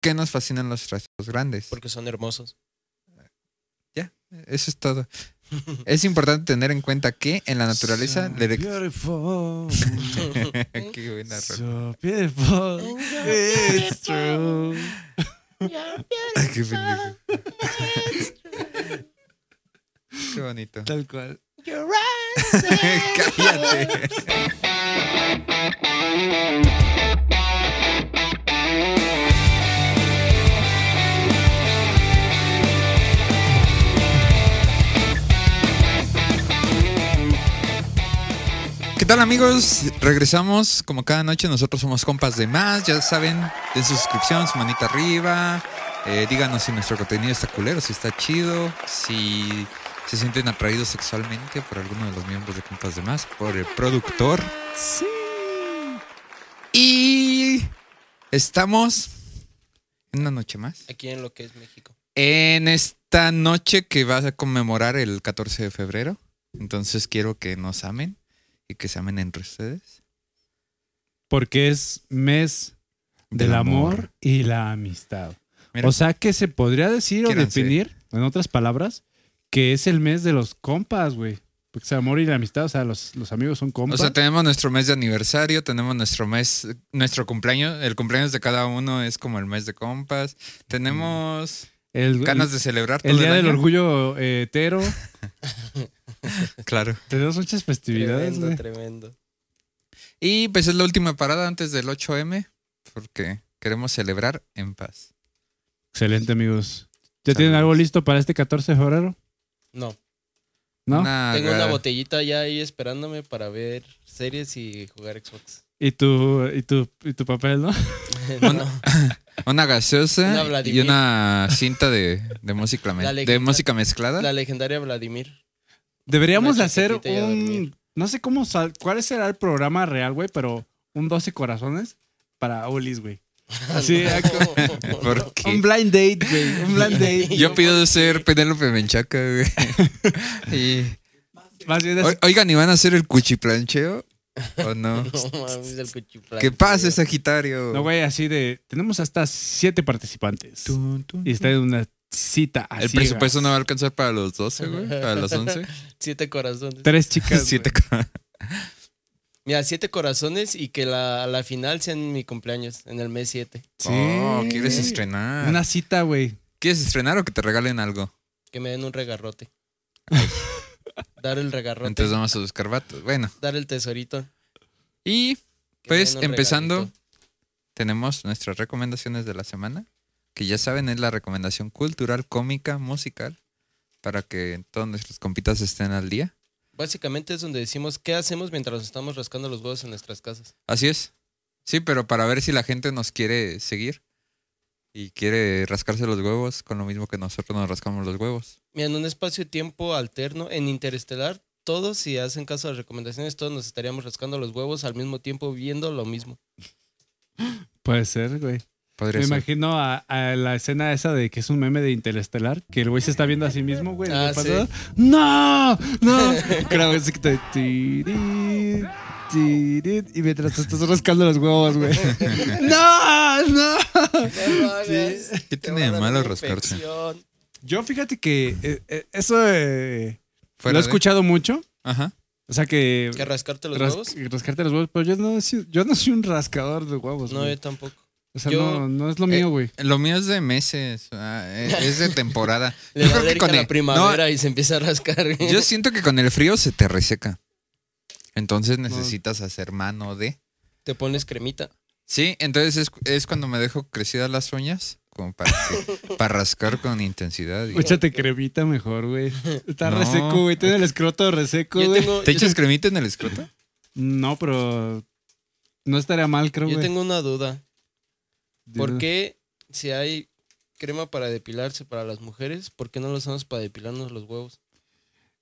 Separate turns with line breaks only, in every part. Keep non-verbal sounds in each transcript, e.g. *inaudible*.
qué nos fascinan los rasgos grandes?
Porque son hermosos.
Ya, eso es todo. es importante tener en cuenta que en la naturaleza
So
le
beautiful.
*laughs* Qué buena rola.
so beautiful. It's true.
Ay, qué pendejo. *laughs* Qué bonito.
Tal cual.
*laughs* Cállate. ¿Qué tal amigos? Regresamos como cada noche, nosotros somos compas de más, ya saben, den su suscripción, su manita arriba, eh, díganos si nuestro contenido está culero, si está chido, si se sienten atraídos sexualmente por alguno de los miembros de compas de más, por el productor.
Sí.
Y estamos en una noche más.
Aquí en lo que es México.
En esta noche que vas a conmemorar el 14 de febrero. Entonces quiero que nos amen y que se amen entre ustedes.
Porque es mes del,
Del
amor.
amor.
y la amistad.
Mira.
O sea que se podría decir
Quiéranse.
o definir, en otras palabras, que es el mes de los compas, güey. Porque es amor y la amistad, o sea, los, los amigos son
O
compas.
sea, tenemos nuestro mes de aniversario, tenemos nuestro mes, nuestro cumpleaños, el cumpleaños de cada uno es como el mes de compas. Tenemos
Mm. el,
ganas de celebrar
el
todo
día
el
del
año.
orgullo eh, hetero.
Claro.
Tenemos muchas festividades,
Tremendo,
güey.
tremendo.
Y pues es la última parada antes del 8M, porque queremos celebrar en paz.
Excelente, amigos. ¿Ya
Saludos.
tienen algo listo para este 14 de febrero?
No,
¿No?
Una
tengo una
gar-
botellita ya ahí esperándome para ver series y jugar Xbox. *laughs*
¿Y, tu, y, tu, y tu papel, ¿no?
No,
Una gaseosa
Una
y
Vladimir.
una cinta de, de música, me-
La
de
legendaria-
música mezclada.
la legendaria Vladimir.
Deberíamos
Una
hacer
chaquetita y a
un.
dormir.
No sé cómo. sal- ¿Cuál será el programa real, güey? Pero un 12 corazones para Olis, güey.
Ah,
*laughs*
Sí,
¿Por qué?
Un blind date, güey.
*laughs*
Un blind date.
Yo pido ser Penélope Menchaca, güey. *laughs* Y-
Más bien es-
o- oigan, ¿y van a hacer el cuchiplancheo o no?
*laughs* No mames, el cuchiplan.
¿Qué pasa, Sagitario?
No, güey, así de. Tenemos hasta siete participantes.
Tun, tun,
Y está en una cita
Ah,
así.
El presupuesto no va a alcanzar para los 12,
*laughs*
güey. Para los 11.
Siete corazones.
Tres
*laughs*
chicas.
Siete
Siete.
*laughs*
ca-
Mira, siete corazones y que la, la final sea en mi cumpleaños, en el mes siete.
Oh, ¿quieres
güey.
estrenar?
Una cita, güey.
¿Quieres estrenar o que te regalen algo?
Que me den
*laughs*
un regarrote. Dar el regarrote.
Entonces vamos a buscar vatos. Bueno.
dar el tesorito.
Y
que
Pues
me den un
empezando,
regalito.
tenemos nuestras recomendaciones de la semana, que ya saben es la recomendación cultural, cómica, musical, para que todos nuestros compitas estén al día.
Básicamente es donde decimos qué hacemos mientras nos estamos rascando los huevos en nuestras casas.
Así es. Sí, pero para ver si la gente nos quiere seguir y quiere rascarse los huevos con lo mismo que nosotros nos rascamos los huevos.
Mira, en un espacio-tiempo alterno, en Interestelar, todos, si hacen caso a las recomendaciones, todos nos estaríamos rascando los huevos al mismo tiempo viendo lo mismo.
Puede ser, güey.
Podría
Me
ser.
imagino a, a la escena esa de que es un meme de Interestelar, que el güey se está viendo a sí mismo, güey. en el
Ah, sí.
pasado. ¡No! ¡No! Claro, es que te- tirit, tirit, y mientras te estás rascando los
*laughs*
huevos, güey. ¡No! ¡No!
¿Qué tiene de malo rascarse?
Yo fíjate que eh, eh, eso eh, lo
Fuera
he
de-
escuchado mucho.
Ajá.
O sea que...
¿Que rascarte los
ras-
huevos?
Rascarte los huevos, pero yo no, he sido- yo no soy un rascador de huevos.
No,
güey.
*laughs*
yo tampoco.
o sea,
yo- eh,
no, no es lo mío, güey.
Lo mío es de meses, ah, es es
*laughs*
de temporada.
Le da alergia a
el-
la
no,
primavera y se empieza a rascar.
*laughs* Yo siento que con el frío se te reseca. Entonces necesitas hacer mano de.
Te pones cremita.
Sí, entonces es, es cuando me dejo crecidas las uñas, como para,
*laughs*
que- para rascar con intensidad. y-
Échate cremita mejor, güey. Está
No.
reseco, güey. Tiene el escroto reseco,
Yo
güey.
tengo,
¿Te
yo
echas cremita en el escroto?
No, pero no estaría mal, creo,
tengo-
güey.
yo tengo una duda. ¿Por qué si hay crema para depilarse para las mujeres, por qué no lo usamos para depilarnos los huevos?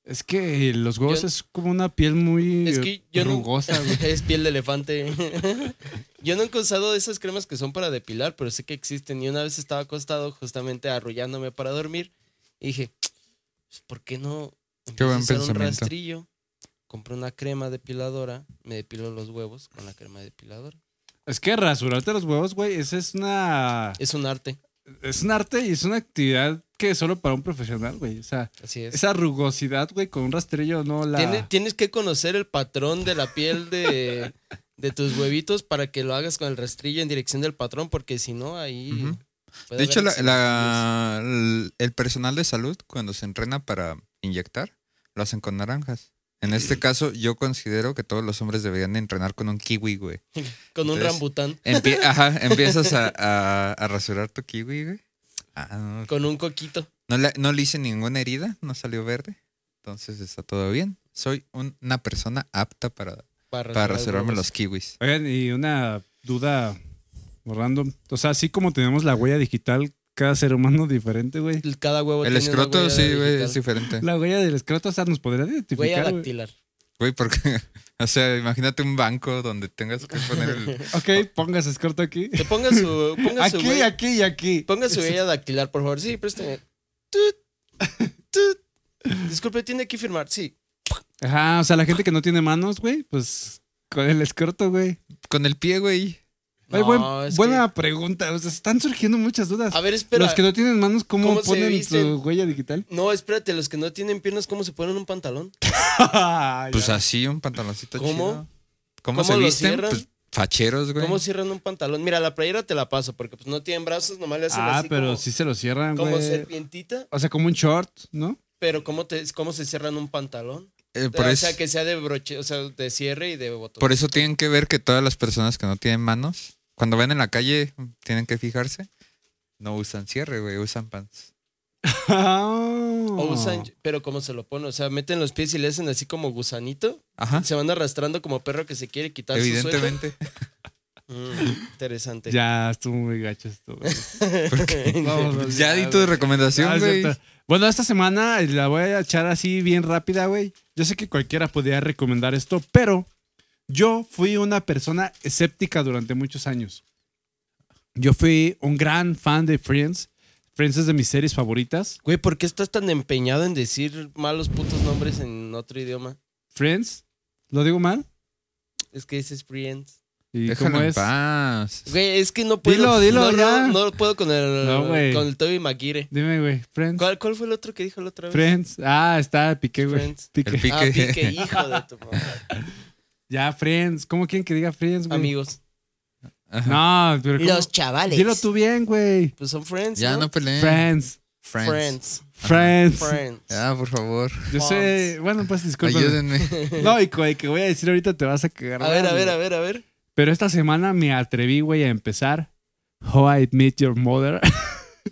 Es que los huevos
Yo-
es como una piel muy
Es que yo no-
rugosa, güey.
*laughs* Es piel de elefante. *laughs* Yo nunca he usado esas cremas que son para depilar, pero sé que existen. Y una vez estaba acostado justamente arrullándome para dormir y dije, "Pues, ¿por qué no
Qué buen
empiezo a usar un
pensamiento.
rastrillo? Compré una crema depiladora, me depilo los huevos con la crema depiladora.
Es que rasurarte los huevos, güey, esa es una.
Es un arte.
Es un arte y es una actividad que es solo para un profesional, güey. O sea,
Así es.
esa rugosidad, güey, con un rastrillo no la.
Tiene- tienes que conocer el patrón de la piel de, *laughs* de tus huevitos para que lo hagas con el rastrillo en dirección del patrón, porque si no, ahí.
Ujú.
puede
De hecho, la-
haber
la- el- el personal de salud, cuando se entrena para inyectar, lo hacen con naranjas. En
Mm.
este caso, yo considero que todos los hombres deberían de entrenar con un kiwi, güey.
accidentes. Con un
Entonces-
rambután,
Empie- *laughs* Ajá, empiezas a, a- a rasurar tu kiwi, güey. Ah, no,
con un coquito.
no le, no le hice ninguna herida, no salió verde. Entonces está todo bien. Soy un- una persona apta para,
Para,
para
rasurar
rasurarme
huevos.
los kiwis.
Oigan, y una duda random. O sea, así como tenemos la huella digital, cada ser humano diferente, güey.
Cada huevo
El
tiene una
escroto,
huella
sí, güey,
digital.
es diferente.
*laughs*
La huella del escroto, o sea, nos podría
Huella
identificar. güey?
dactilar.
Güey, porque, *laughs* o sea, imagínate un banco donde tengas que poner el...
Ok, pongas escroto aquí.
Que ponga su, ponga su
Aquí,
huella-
aquí y aquí.
ponga su huella dactilar, por favor. Sí, préstame. Tut, tut. Disculpe, tiene que firmar. Sí.
Ajá, o sea, la gente que no tiene manos, güey, pues con el escroto, güey.
Con el pie, güey.
Ay,
No,
buen-
es
buena pregunta. O sea, están surgiendo muchas
que-
dudas.
A ver, espera.
Los que no tienen manos, ¿cómo,
¿Cómo se
ponen
visten?
su huella
*laughs*
digital?
No, espérate, los que no tienen piernas, ¿cómo se ponen un pantalón?
*laughs* Ay,
Pues
Ah, ya.
así, un pantaloncito
¿Cómo?
chido. ¿Cómo?
¿Cómo
se
lo
visten?
cierran?
Pues, facheros, güey.
¿Cómo cierran un pantalón? Mira, la playera te la paso, porque pues no tienen brazos, nomás le hacen
ah,
así
pero
como,
sí se lo cierran,
como
güey.
serpientita,
O sea, como un short, ¿no? *laughs*
pero ¿cómo, te, cómo se cierran un pantalón?
Eh, por,
o
eso,
sea, que sea de broche, o sea, de cierre y de botón.
por eso tienen que ver que todas las personas que no tienen manos, cuando ven en la calle, tienen que fijarse. No usan cierre, güey, usan pants.
O usan, pero ¿cómo se lo ponen? O sea, meten los pies y le hacen así como gusanito.
Ah.
Ajá,
Se van arrastrando como perro que se quiere quitar *laughs*
evidentemente.
su suéter. Mm, interesante.
Ya, estuvo muy gacho esto, güey.
*laughs*
Vámonos
ya di tu
güey. Ah,
recomendación,
es
güey.
cierto. Bueno, esta semana la voy a echar así bien rápida, güey. Yo sé que cualquiera podría recomendar esto, pero yo fui una persona escéptica durante muchos años. Yo fui un gran fan de Friends. Friends es de mis series favoritas.
Güey, ¿por qué estás tan empeñado en decir malos putos nombres en otro idioma?
Friends, ¿lo digo mal?
Es que dices Friends.
¿Y
Déjalo
cómo
en
es?
paz.
Güey, es que no puedo.
Dilo, dilo
no,
ya.
No, no puedo con el,
No, güey.
con el Toby Maguire.
Dime, güey. Friends.
¿Cuál, ¿Cuál fue el otro que dijo la otra vez?
Friends. Ah, está Piqué, güey.
Friends.
Piqué.
El Pi-
Ah, Pique, hijo de
*laughs*
tu mamá.
Ya, Friends. ¿Cómo quieren que diga Friends, güey?
Amigos.
Ajá.
No, pero ¿cómo?
Los chavales.
Dilo tú bien, güey.
Pues son
*laughs*
Friends.
ya no peleen.
Friends.
Friends.
Friends.
Friends.
Friends.
*laughs* Ya, por favor,
Yo sé. Bueno, pues disculpen.
ayúdenme. *laughs*
No, y con el que voy a decir ahorita te vas a cagar.
A ver, a
güey.
ver, a ver, a ver.
Pero esta semana me atreví, güey, a empezar How I Met Your Mother.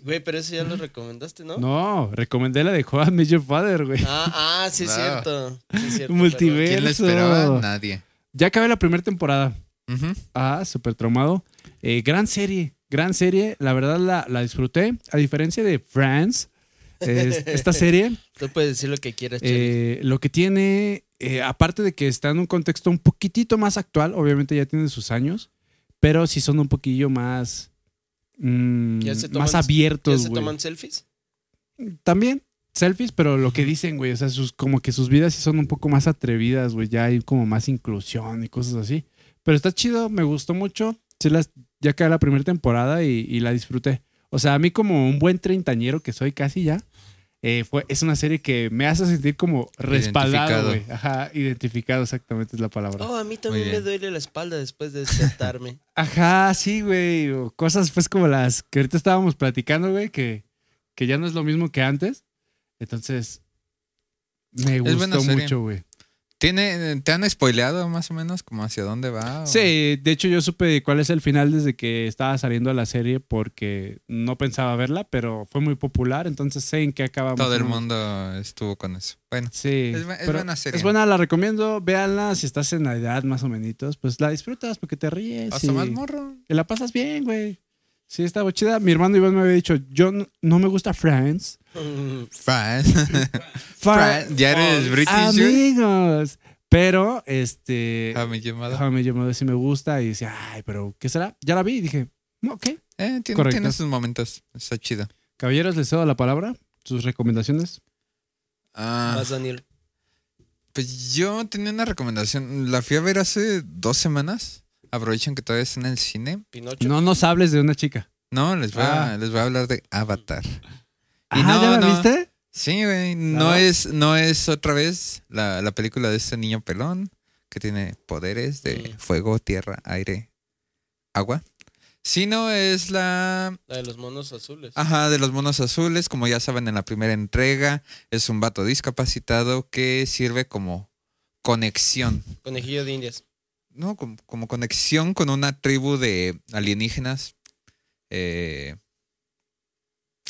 Güey, pero eso ya lo recomendaste, ¿no?
No, recomendé la de How I Met Your Father, güey.
Ah, ah, sí es
No.
cierto. Sí es cierto,
Multiverso.
¿Quién la esperaba? Nadie.
Ya acabé la primera temporada.
Ujú.
Ah, súper traumado. Eh, gran serie, gran serie. La verdad la, la disfruté. A diferencia de Friends,
*laughs*
es- esta serie
perdón. Tú puedes decir lo que quieras, Chely.
Eh, lo que tiene, eh, aparte de que está en un contexto un poquitito más actual, obviamente ya tiene sus años, pero sí son un poquillo más, mm,
Ya se toman-
más
¿Ya
abiertos,
se
güey.
toman selfies?
También selfies, pero lo que dicen, güey, o sea, sus, como que sus vidas sí son un poco más atrevidas, güey, ya hay como más inclusión y cosas así. Pero está chido, me gustó mucho. Sí, las, ya acabé la primera temporada y, y la disfruté. O sea, a mí como un buen treintañero que soy casi ya, eh, fue, es una serie que me hace sentir como
Identificado.
respaldado, güey. Ajá, identificado exactamente es la palabra.
Oh, a mí también
Muy
me
bien.
duele la espalda después de despertarme.
Ajá, sí, güey. o Cosas pues como las que ahorita estábamos platicando, güey, que, que ya no es lo mismo que antes. Entonces, me
Es buena
gustó
serie.
mucho, güey.
¿Tiene, ¿Te han spoileado más o menos como hacia dónde va? o-
Sí, de hecho yo supe cuál es el final desde que estaba saliendo la serie porque no pensaba verla, pero fue muy popular, entonces sé en qué acaba. más
Todo
o
el
menos.
mundo estuvo con eso. Bueno,
Sí.
Es bu- es
pero
buena serie.
Es buena, la recomiendo. Véanla si estás en la edad más o menos, pues la disfrutas porque te ríes.
hasta
y-
más morro.
Te la pasas bien, güey. Sí, estaba chida. Mi hermano Iván me había dicho, yo no, no me gusta Friends.
Mm,
Fran. *laughs*
Friends.
Fran, ya eres british. güey.
Amigos. Pero, este...
Ah, mi llamada.
Déjame llamar si me gusta y dice, ay, pero ¿qué será? Ya la vi y dije, "Mm, ok.
Eh, tiene,
Correcto.
tiene sus momentos. Está chida.
Caballeros, les cedo la palabra. Sus recomendaciones.
Ah,
Más Daniel.
pues yo tenía una recomendación. La fui a ver hace dos semanas. Aprovechen que todavía están en el cine.
Pinocho.
No nos hables de una chica.
No, les voy, a,
Ah.
les voy a hablar de Avatar. Y
Ah, ¿ya la viste?
Sí, güey. No
Ah.
es, no es otra vez la, la película de este niño pelón que tiene poderes de
Mm.
fuego, tierra, aire, agua. Sino es la
La de los monos azules.
Ajá, de los monos azules, como ya saben en la primera entrega, es un vato discapacitado que sirve como conexión,
Conejillo de indias.
¿no? Com- Como, conexión con una tribu de alienígenas eh,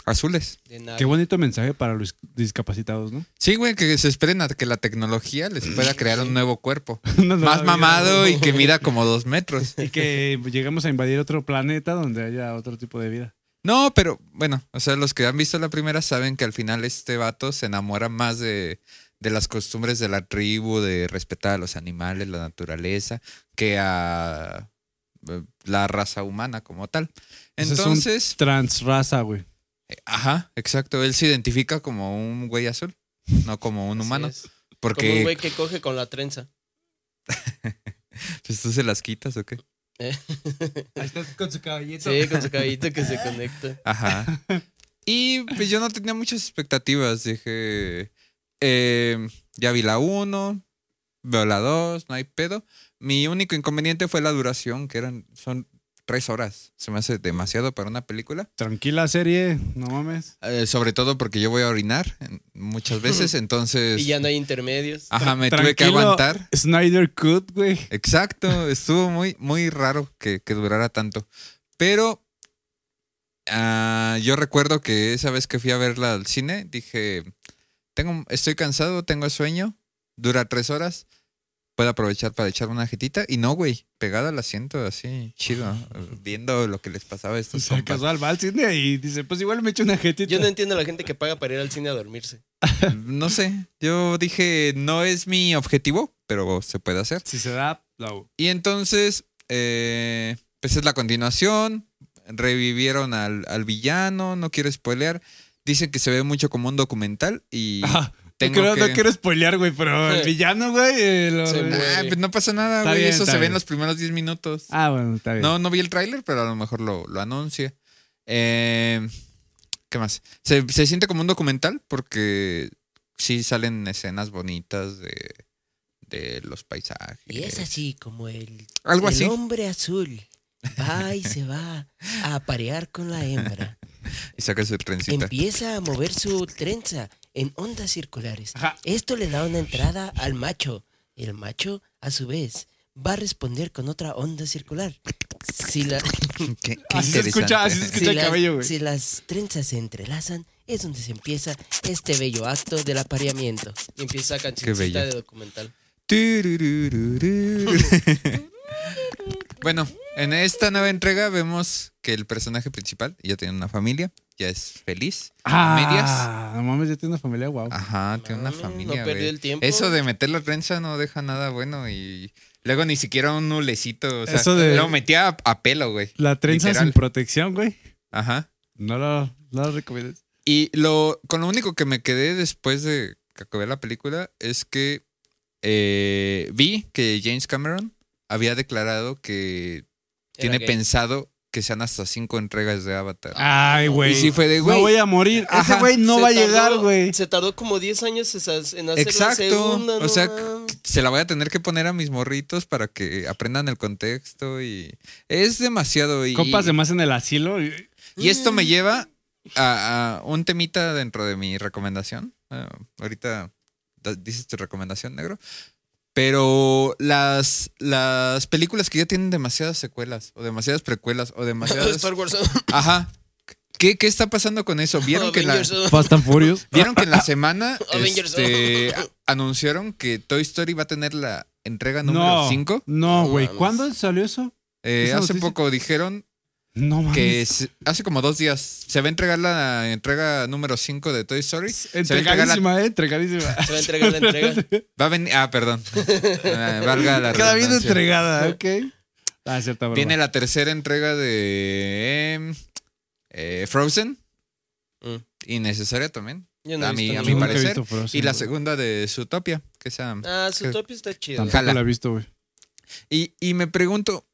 azules.
De nada.
Qué bonito mensaje para los discapacitados,
*laughs*
¿no?
Sí, güey, que se esperen a que la tecnología les pueda crear un nuevo cuerpo,
Una nueva
más
vida.
mamado y que mida como dos metros.
Y que lleguemos a invadir otro planeta donde haya otro tipo de vida.
No, pero bueno, o sea, los que han visto la primera saben que al final este vato se enamora más de, de las costumbres de la tribu, de respetar a los animales, la naturaleza, que a eh, la raza humana como tal.
Ese es un-
Entonces,
Transraza, güey.
eh, ajá, exacto, él se identifica como un güey azul, no como un
Así
humano,
es. Como un
porque
güey que coge con la trenza.
pues, tú se las quitas o qué.
Ahí estás con su caballito.
Sí, con su cabellito que se conecta.
Ajá. Y pues yo no tenía muchas expectativas. Dije, eh, ya vi la 1, veo la 2, no hay pedo. Mi único inconveniente fue la duración, que eran, son tres horas. Se me hace demasiado para una película.
Tranquila serie, no mames.
Eh, sobre todo porque yo voy a orinar en- muchas veces, entonces...
Y ya no hay intermedios.
Ajá, me tuve que
Tranquilo,
aguantar.
Snyder Cut, güey.
Exacto, estuvo muy, muy raro que, que durara tanto. Pero ah, yo recuerdo que esa vez que fui a verla al cine, dije, tengo, estoy cansado, tengo sueño, dura tres horas, puedo aprovechar para echar una jetita. Y no, güey, pegada al asiento, así, chido, viendo lo que les pasaba a
O
estos
sea,
compas.
casual va al cine y dice, pues igual me echo una jetita.
Yo no entiendo a la gente que paga para ir al cine a dormirse.
No sé, yo dije, no es mi objetivo, pero se puede hacer.
Si se da, la hago.
Y entonces, eh, pues es la continuación. Revivieron al, al villano, no quiero spoilear. Dicen que se ve mucho como un documental y
*laughs* Ah,
tengo
no, creo-
que...
no quiero spoilear, güey, pero el villano, güey. eh, lo-
Se muere.
Ah, pues no pasa nada,
Está
güey.
bien,
Eso
está
se ve
bien.
en los primeros 10 minutos.
Ah, bueno, está bien.
no, no vi el tráiler, pero a lo mejor lo, lo anuncia. Eh, ¿Qué más? Se, se siente como un documental porque sí salen escenas bonitas de, de los paisajes.
así como el,
Algo así.
hombre azul va y se va a aparear con la
*laughs*
hembra.
Y saca su trencita.
Empieza a mover su trenza en ondas circulares.
Ajá.
Esto le da una entrada al macho. El macho, a su vez, va a responder con otra onda circular.
*laughs*
Si, la-
Qué- qué
Así se escucha,
interesante.
así se escucha.
si
el
las-
cabello, güey.
si las trenzas se entrelazan, es donde se empieza este bello acto del apareamiento. Y empieza a
bello.
cancioncita de documental.
Turururururu. *laughs* bueno, en esta nueva entrega vemos que el personaje principal ya tiene una familia, ya es feliz. Medias. Ah,
Ah, no mames, ya tiene una familia guau.
Ajá, tiene una
Mami, Ah, Mm, no
familia.
perdió
güey.
el tiempo.
Eso de meter la trenza no deja nada bueno y luego ni siquiera un nulecito. O sea,
Eso de-
Lo metía a, a pelo, güey.
La trenza
Literal.
sin protección, güey.
Ajá.
No lo, no lo recomiendas.
Y lo, con lo único que me quedé después de que acabé la película es que eh, vi que James Cameron había declarado que
Era
tiene
gay.
pensado que sean hasta cinco entregas de Avatar.
Ay, Ah, güey.
y si fue de, güey,
No voy a morir.
Ajá.
Ese güey no
Se
va a
tardó-
llegar, güey.
Se tardó como 10 años en hacer en hacer la
Exacto,
segunda.
o
no
sea,
mames.
se la voy a tener que poner a mis morritos para que aprendan el contexto y es demasiado. Y,
Compas de más en el asilo. y-
y esto
Mm.
me lleva a, a un temita dentro de mi recomendación. Ah, ahorita da- dices tu recomendación, negro. Pero las, las películas que ya tienen demasiadas secuelas o demasiadas precuelas o demasiadas...
*laughs* Star Wars.
Ajá. ¿Qué, qué está pasando con
*laughs*
eso? ¿Vieron que la...
Avengers.
Fast and Furious.
Vieron que en
*coughs*
la semana
Avengers.
este, a- anunciaron que Toy Story va a tener la entrega número
No.
5.
No,
No
güey.
mames.
¿Cuándo salió eso?
Eh,
Esa
hace
noticia-
poco dijeron
No mames.
que se- hace como dos días se va a entregar la entrega número 5 de Toy Story. Se va a entregar la-
Entregadísima, eh, entregadísima.
Se va a entregar la
*laughs*
entrega.
va a venir- ah,
*laughs*
perdón. Ah, valga la
Cada vez
redundancia.
entregada, ok. Ah, es cierta broma.
Viene la tercera entrega de em, eh, Frozen.
Mm.
Innecesaria también.
Yo no
A
he
mí-
visto
a
Yo
mi
ninguna.
nunca he
parecer.
visto Frozen,
y la
güey.
segunda de Zootopia, que um, sea...
Ah, su
que-
topio está chido.
Tampoco.
Tampoco
Jala.
la he visto, güey.
Y, y me pregunto,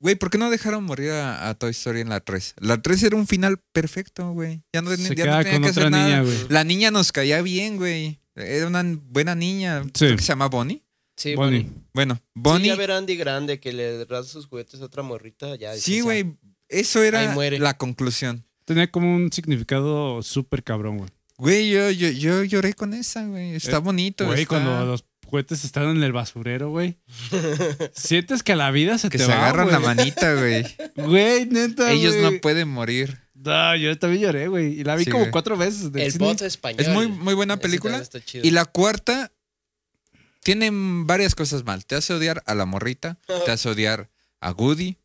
güey, ¿por qué no dejaron morir a, a Toy Story en la 3? La 3 era un final perfecto, güey. Ya no,
Se
ya no
queda
tenía
con
que
otra
hacer nada.
niña, güey.
La niña nos caía bien, güey. Era una buena niña.
Sí.
Creo que se llama Bonnie.
Sí,
Bonnie.
Bonnie.
Bueno,
Sí,
Bonnie.
ya ver a Andy grande que le rasga sus juguetes a otra morrita. Ya,
Sí,
dices,
güey. eso
Ahí
era
muere.
la conclusión.
Tenía como un significado súper cabrón, güey.
Güey, yo, yo, yo lloré con esa, güey. Está
Eh,
bonito.
Güey,
está-
cuando los juguetes están en el basurero, güey. Sientes que la vida se
Que
te
se
va,
agarran
güey.
la manita,
*laughs*
güey.
Güey, neta,
Ellos
güey.
no pueden morir.
No, yo también lloré, güey. Y la vi
Sí,
como
güey.
cuatro veces.
ya.
del
El
cine.
bot español.
Es muy, muy buena
Ese
película.
también está chido.
Y la cuarta tiene varias cosas mal. Te hace odiar a la morrita, te hace odiar a Woody,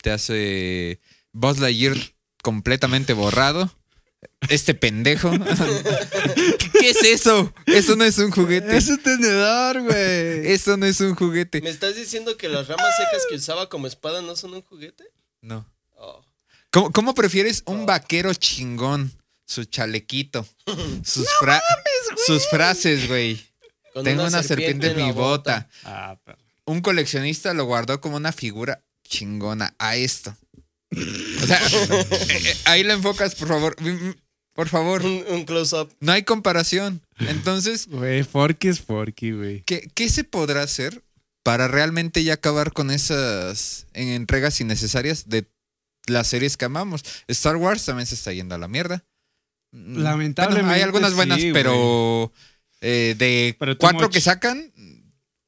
te hace Buzz Lightyear completamente borrado. Este pendejo. ¿Qué es eso? Eso no es un juguete.
Es un tenedor, güey.
Eso no es un
¿Me
juguete.
estás diciendo que las ramas secas que usaba como espada no son un juguete?
No.
Oh.
¿Cómo, cómo prefieres un vaquero chingón? Su chalequito. Sus, fra- sus frases, güey.
Con
Tengo una, serpiente, en
la
mi bota.
Ah, pero-
un coleccionista lo guardó como una figura chingona a esto. O
*laughs*
sea, eh, eh, ahí la enfocas, por favor. Mm, mm, Por favor,
Un, un close-up.
no hay comparación. Entonces,
Güey, Forky es Forky, güey.
¿qué, qué se podrá hacer para realmente ya acabar con esas en- entregas innecesarias de las series que amamos? Star Wars también se está yendo a la mierda. Mm, bueno,
Lamentablemente,
hay algunas buenas,
sí,
pero eh, de
Pero too
cuatro
much.
que sacan,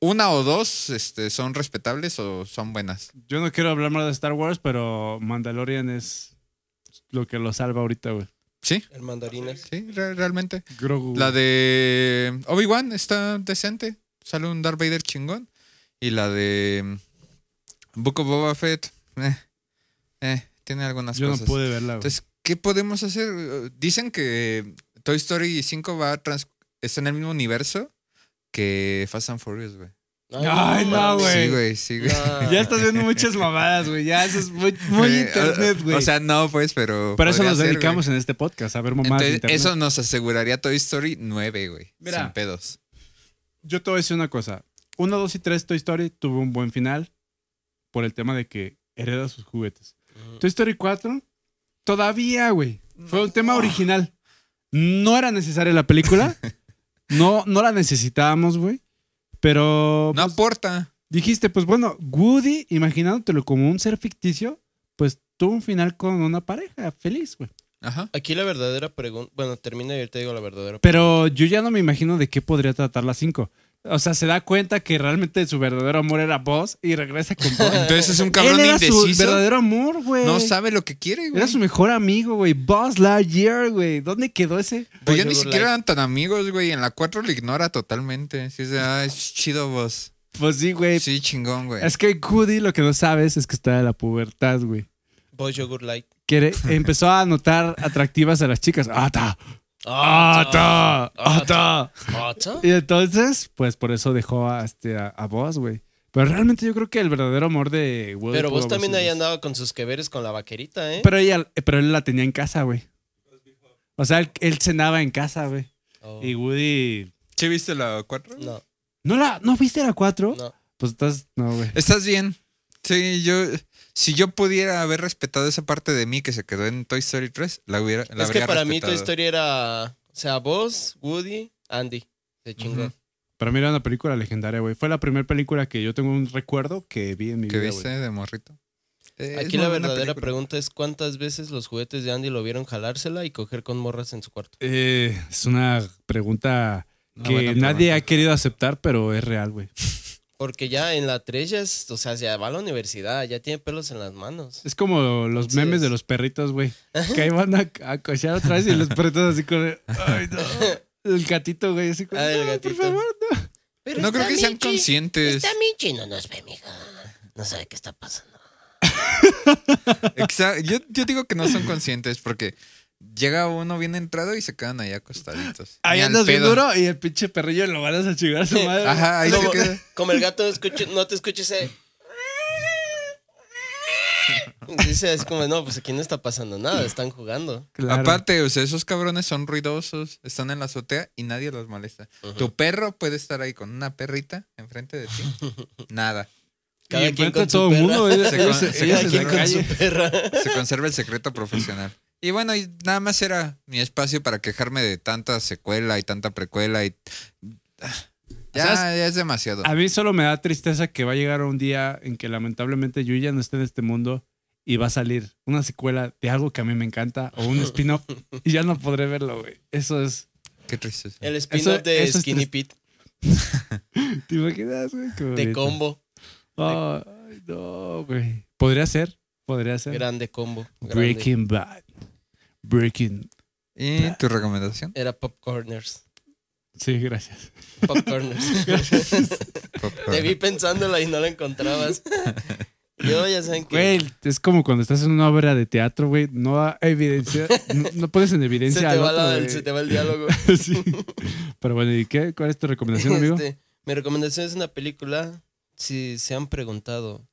una o dos este, son respetables o son buenas.
Yo no quiero hablar más de Star Wars, pero Mandalorian es lo que lo salva ahorita, güey.
¿Sí?
El mandarinas.
Sí, re- realmente.
Grogu.
La de Obi-Wan está decente. Sale un Darth Vader chingón. Y la de mm, Book of Boba Fett. eh, eh, tiene algunas
Yo no
cosas.
pude verla, güey.
Entonces, ¿qué podemos hacer? Eh, Dicen que Toy Story 5 va a trans- está en el mismo universo que Fast and Furious, güey.
Ay, no, güey.
Sí, güey, sí, güey.
No.
Ya estás
*laughs*
viendo muchas mamadas, güey. Ya eso es muy, muy
Eh,
internet,
ah, o-
güey.
O sea, no, pues, pero.
pero eso
podría
nos
ser, güey.
dedicamos en este podcast, a ver mamadas de
Entonces,
internet.
eso nos aseguraría Toy Story 9, güey.
Mira.
Sin pedos.
Yo te voy a decir una cosa. 1, 2 y 3 Toy Story tuvo un buen final por el tema de que hereda sus juguetes.
Mm.
Toy Story 4 todavía, güey. Fue un tema original. No era necesaria la película. No, no la necesitábamos, güey. Pero
No
pues,
aporta.
dijiste, pues bueno, Woody, imaginándotelo como un ser ficticio, pues tuvo un final con una pareja feliz, güey. *laughs*
Ajá.
Aquí la verdadera pregunta. Bueno, termina y ahorita digo la verdadera
Pero yo ya no me imagino de qué podría tratar la 5. O sea, se da cuenta que realmente su verdadero amor era Buzz y regresa con *laughs* Buzz.
Entonces es un
Él
cabrón
era su
indeciso.
verdadero amor, güey.
No sabe lo que quiere, güey.
Era su mejor amigo, güey. Buzz Lightyear, güey. ¿Dónde quedó ese?
Pues ya
Boy
ni
Never
siquiera
Lied.
eran tan amigos, güey. En la 4 lo ignora totalmente. Sí, dice, ah, es chido vos.
Pues sí, güey.
Sí, chingón, güey.
Es que Woody lo que no sabes es que está en la pubertad, güey.
Boy Yogurt Light.
*laughs*
Que re- empezó a notar atractivas a las chicas. ¡Ata! ¡Ata! ¡Ata! *laughs*
¿Ata?
Y entonces, pues por eso dejó a, este, a, a Buzz, güey. Pero realmente yo creo que el verdadero amor de Woody.
Pero
pudo
vos
haber
también
sido
ahí
Buzz.
andaba con sus que veres con la vaquerita, ¿eh?
Pero, ella, pero él la tenía en casa, güey. O sea, él, él cenaba en casa, güey.
Oh,
Y Woody.
¿Sí viste la 4?
No,
¿No, la, ¿No viste la 4?
no.
Pues estás. No, güey.
Estás bien. Sí, yo. Si yo pudiera haber respetado esa parte de mí que se quedó en Toy Story 3, la hubiera. La
es que
habría
para mí tu
respetado.
historia era. O sea, vos, Woody, Andy. Se chingó.
Ujú.
Para mí era una película legendaria, güey. Fue la primera película que yo tengo un recuerdo que vi en mi
¿Qué
vida.
viste
güey.
de morrito? Eh, es
Aquí
muy
la
buena
verdadera
película.
pregunta es cuántas veces los juguetes de Andy lo vieron jalársela y coger con morras en su cuarto.
Eh, es una pregunta
Una
que
buena
nadie
pregunta.
ha querido aceptar, pero es real, güey.
Porque ya en la 3 ya es, o sea, ya va a la universidad, ya tiene pelos en las manos.
Es como los
Entonces-
memes de los perritos, güey. Que ahí van a, a cochear otra vez y los perritos así con. el- Ay,
*laughs*
no. El gatito, güey, así con.
Ah, el
"No,
gatito.
Por favor, no.
Pero
No creo
está
que sean
Michi.
Este,
conscientes.
Está Michi, no nos ve, mija. No sabe qué está pasando.
Exa- Yo, yo digo que no son conscientes porque llega uno bien entrado y se quedan ahí acostaditos.
*gasps* Ahí
Ni al
andas bien
pedo.
duro y el pinche perrillo lo van a chingar a su madre.
Ajá, ahí se
Como,
eh.
queda.
como el gato no, escucha- no te escucha ese. Dice, es como, no, pues aquí no está pasando nada, están jugando.
Claro.
Aparte, o sea, esos cabrones son ruidosos, están en la azotea y nadie los
*laughs*
molesta. Tu perro puede estar ahí con una perrita enfrente de ti. Nada.
Cada
y
quien
enfrenta
con
a todo
su
el mundo.
perra.
Ella,
Se
ella
con-
se-
se
ella
Cada
concentra
se
quien
en
con
calle.
su perra.
Se conserva el secreto profesional. Y bueno, y nada más era mi espacio para quejarme de tanta secuela y tanta precuela y... Ah, Ya,
¿Sabes?
ya es demasiado.
A mí solo me da tristeza que va a llegar un día en que lamentablemente yo ya no esté en este mundo y va a salir una secuela de algo que a mí me encanta o un spin-off y ya no podré verlo, güey. Eso es.
Qué tristeza.
El spin-off de
eso es
Skinny Pete,
¿Te imaginas, güey? Qué
de
bonito.
combo.
Ay, no, güey. Podría ser. Podría ser.
Grande combo. grande.
Breaking Bad. Breaking.
¿Y tu recomendación?
Era Popcorners.
Sí, gracias. *laughs*
Popcorners. Te vi pensándola y no la encontrabas. Yo ya saben que
Güey, es como cuando estás en una obra de teatro, güey. No da
*laughs*
evidencia. no, no pones en
se
evidencia.
te,
al
va
otro,
la-
güey.
se te va el diálogo.
*laughs* Sí. Pero bueno, ¿y qué? ¿Cuál es tu recomendación, amigo?
Este, mi recomendación es una película. Si se han preguntado,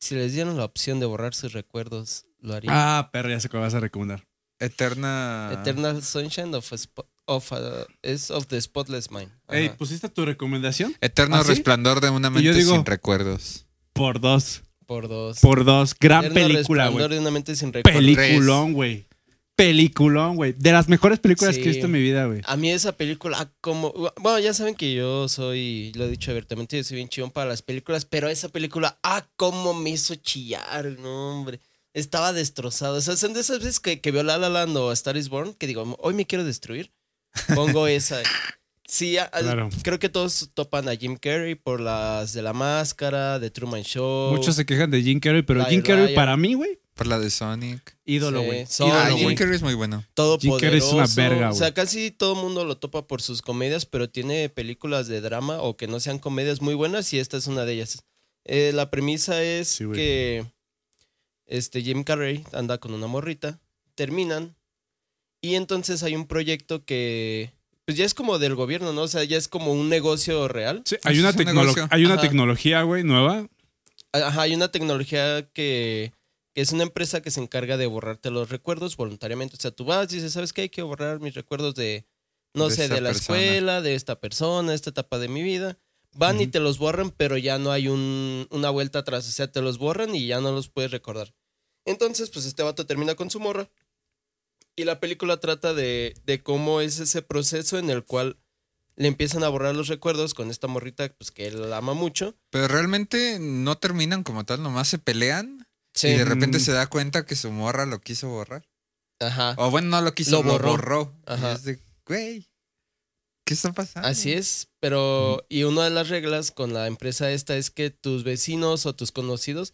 si les dieran la opción de borrar sus recuerdos, ¿lo harían?
Ah, perro, ya sé cuál vas a recomendar.
Eterna...
Eternal Sunshine of, a Spo- of, a- es of the Spotless Mind. Ajá.
Ey, ¿pusiste tu recomendación?
Eterno
¿Ah, sí?
resplandor de una
Y yo
mente
digo-
sin recuerdos.
Por dos.
por dos.
Por dos. Gran
Eterno
película,
Resplandor
güey.
de una mente sin recuerdos.
Peliculón, güey. Peliculón, güey. De las mejores películas
Sí.
que he visto en mi vida, güey.
A mí esa película, ah, como... Bueno, ya saben que yo soy, lo he dicho abiertamente, yo soy bien chillón para las películas, pero esa película, ah, cómo me hizo chillar, no, hombre. Estaba destrozado. O sea, son de esas veces que, que veo La La Land o A Star Is Born, que digo, hoy me quiero destruir. Pongo
*laughs*
esa. Sí, ah, ah,
Claro.
creo que todos topan a Jim Carrey por las de La Máscara, de Truman Show.
Muchos se quejan de Jim Carrey, pero
Liar,
Jim Carrey
liar.
para mí, güey,
Por la de Sonic.
ídolo,
Sí.
güey.
Son-
Ídolo,
Ah,
Oh, no,
Jim
güey.
Carrey es muy bueno.
todo
Jim Carrey es una
O
verga, güey.
sea, casi todo el mundo lo topa por sus comedias, pero tiene películas de drama o que no sean comedias muy buenas y esta es una de ellas. Eh, la premisa es
Sí, güey.
que este Jim Carrey anda con una morrita, terminan y entonces hay un proyecto que pues ya es como del gobierno, ¿no? O sea, ya es como un negocio real.
Sí, hay una,
Es un
tecnolo-
negocio.
hay una
Ajá.
tecnología, güey, nueva.
Ajá, hay una tecnología que, que es una empresa que se encarga de borrarte los recuerdos voluntariamente. O sea, tú vas y dices, ¿sabes qué? Hay que borrar mis recuerdos de, no
De
sé,
esta
de la
persona.
escuela, de esta persona, esta etapa de mi vida. Van y
Ujú.
te los borran, pero ya no hay un- una vuelta atrás. O sea, te los borran y ya no los puedes recordar. Entonces, pues este vato termina con su morra. Y la película trata de, de cómo es ese proceso en el cual le empiezan a borrar los recuerdos con esta morrita, pues que él ama mucho.
Pero realmente no terminan como tal, nomás se pelean
Sí.
y de repente
Mm.
se da cuenta que su morra lo quiso borrar.
Ajá.
O bueno, no lo quiso,
Ah. Lo
lo
borró.
borró.
Ajá.
Y es de, güey, ¿qué está pasando?
Así es, pero y una de las reglas con la empresa esta es que tus vecinos o tus conocidos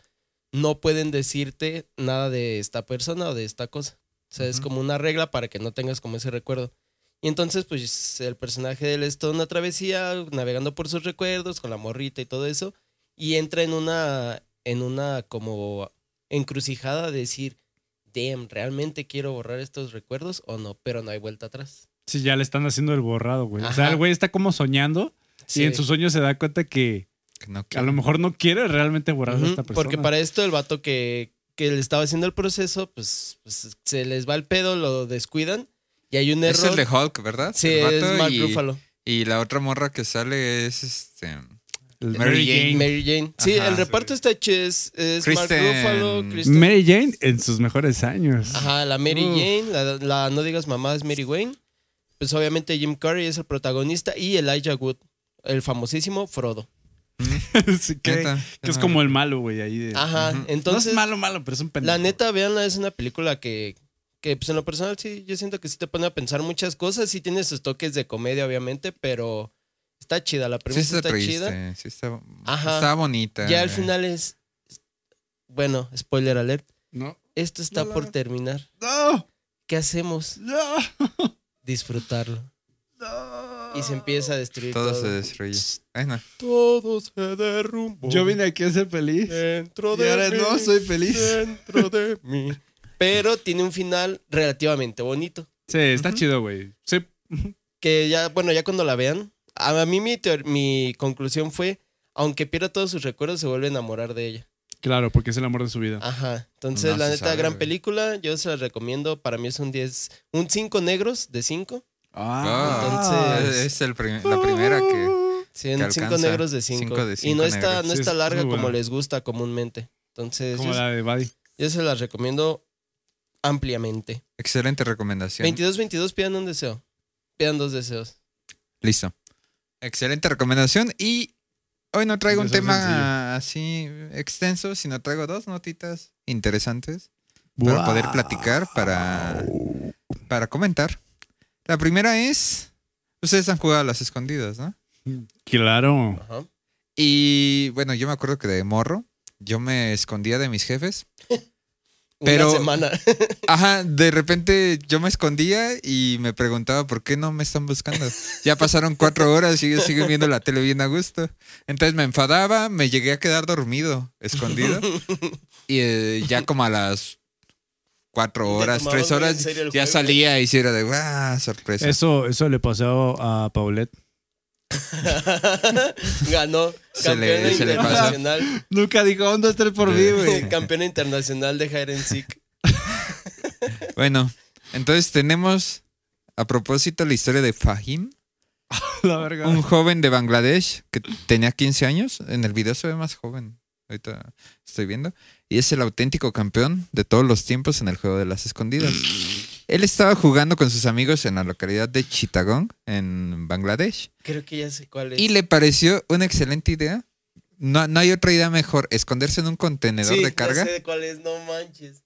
no pueden decirte nada de esta persona o de esta cosa. O sea, es
Ujú.
como una regla para que no tengas como ese recuerdo. Y entonces, pues, el personaje de él es toda una travesía, navegando por sus recuerdos, con la morrita y todo eso, y entra en una, en una como encrucijada de decir, damn, ¿realmente quiero borrar estos recuerdos o no? Pero no hay vuelta atrás.
Sí, ya le están haciendo el borrado, güey. O sea,
Ajá.
el güey está como soñando y en
Sí.
su sueño se da cuenta que
Que no
a
quiero.
lo mejor no quiere realmente borrar a
Ujú,
esta persona.
Porque para esto el vato que, que le estaba haciendo el proceso, pues, pues, se les va el pedo, lo descuidan y hay un
Es
error.
el de Hulk, ¿verdad?
sí,
El
es
vato
Mark
y,
Ruffalo.
y la otra morra que sale es este
El
Mary Jane.
Mary Jane. Sí,
Ajá.
el reparto está chido. Es, es Mark
Kristen-
Ruffalo, Kristen.
Mary Jane en sus mejores años.
Ajá, la Mary
Uf.
Jane, la, la no digas mamá es Mary Wayne. Pues obviamente Jim Carrey es el protagonista y Elijah Wood, el famosísimo Frodo.
*laughs* Sí, que,
Neta,
que es
no.
como el malo, güey, ahí. de-
Ajá,
Ujú.
entonces.
no es malo, malo, pero es un pendejo.
La neta, véanla, es una película que, que pues en lo personal sí, yo siento que sí te pone a pensar muchas cosas, sí tiene sus toques de comedia, obviamente, pero está chida, la
Sí
premisa
está
está chida.
triste, Eh. sí está,
Ajá.
está bonita.
Ya al
güey.
final es, bueno, spoiler alert,
No.
esto está
No, la-
por terminar.
No,
¿Qué hacemos?
no,
Disfrutarlo.
no.
Y se empieza a destruir todo.
todo se destruye. Ay, no.
Todo se derrumbó.
Yo vine aquí a ser feliz.
dentro
Y
de
ahora
mí,
no soy feliz.
Dentro de mí. Pero tiene un final relativamente bonito.
Sí, está
Ujú.
chido, güey. Sí.
que ya, bueno, ya cuando la vean, a a mí mi, teor- mi conclusión fue, aunque pierda todos sus recuerdos, se vuelve a enamorar de ella.
Claro, porque es el amor de su vida.
Ajá. Entonces,
No
la
se
neta,
sabe,
gran
güey.
película, yo se la recomiendo, para mí es un 10, un 5 negros de 5.
Ah,
entonces-
es el prim- la primera que
Sí,
que
en cinco
alcanza.
negros de cinco.
Cinco de
y no
cinco
está,
negros.
no
Sí,
está
es
larga
muy
como
buena.
les gusta comúnmente. Entonces,
Como
yo,
la de Buddy.
yo se las recomiendo ampliamente.
Excelente recomendación.
22-22 pidan un deseo. Pidan dos deseos.
Listo. Excelente recomendación. Y hoy no traigo un
Empezó
tema así extenso, sino traigo dos notitas interesantes para poder platicar, para, para comentar. La primera es, ustedes han jugado a las escondidas, ¿no?
Claro.
Ajá.
Y bueno, yo me acuerdo que de morro, yo me escondía de mis jefes.
Pero,
Pero-
Una semana. *laughs*
Ajá, de repente yo me escondía y me preguntaba por qué no me están buscando. Ya pasaron cuatro horas y yo sigo viendo la tele bien a gusto. Entonces me enfadaba, me llegué a quedar dormido, escondido. Y eh, ya como a las cuatro
Ya
horas,
tomabas
tres
muy en
horas,
serio
ya
el juego.
salía y sí era de, ¡ah, sorpresa!
Eso, eso le pasó a Paulette.
Ganó.
Se
Campeona
le- se le pasa.
internacional.
Nunca dijo, ¿dónde está el por
*laughs*
mí, güey? *laughs*
campeona internacional de Hide and Seek.
Bueno, entonces tenemos a propósito la historia de Fahim.
La verga.
Un joven de Bangladesh que tenía 15 años. En el video se ve más joven. Ahorita estoy viendo. Y es el auténtico campeón de todos los tiempos en el juego de las escondidas. Él estaba jugando con sus amigos en la localidad de Chittagong, en Bangladesh.
Creo que ya sé cuál es.
Y le pareció una excelente idea. No, no hay otra idea mejor. Esconderse en un contenedor
Sí,
de carga.
Ya sé cuál es, no manches.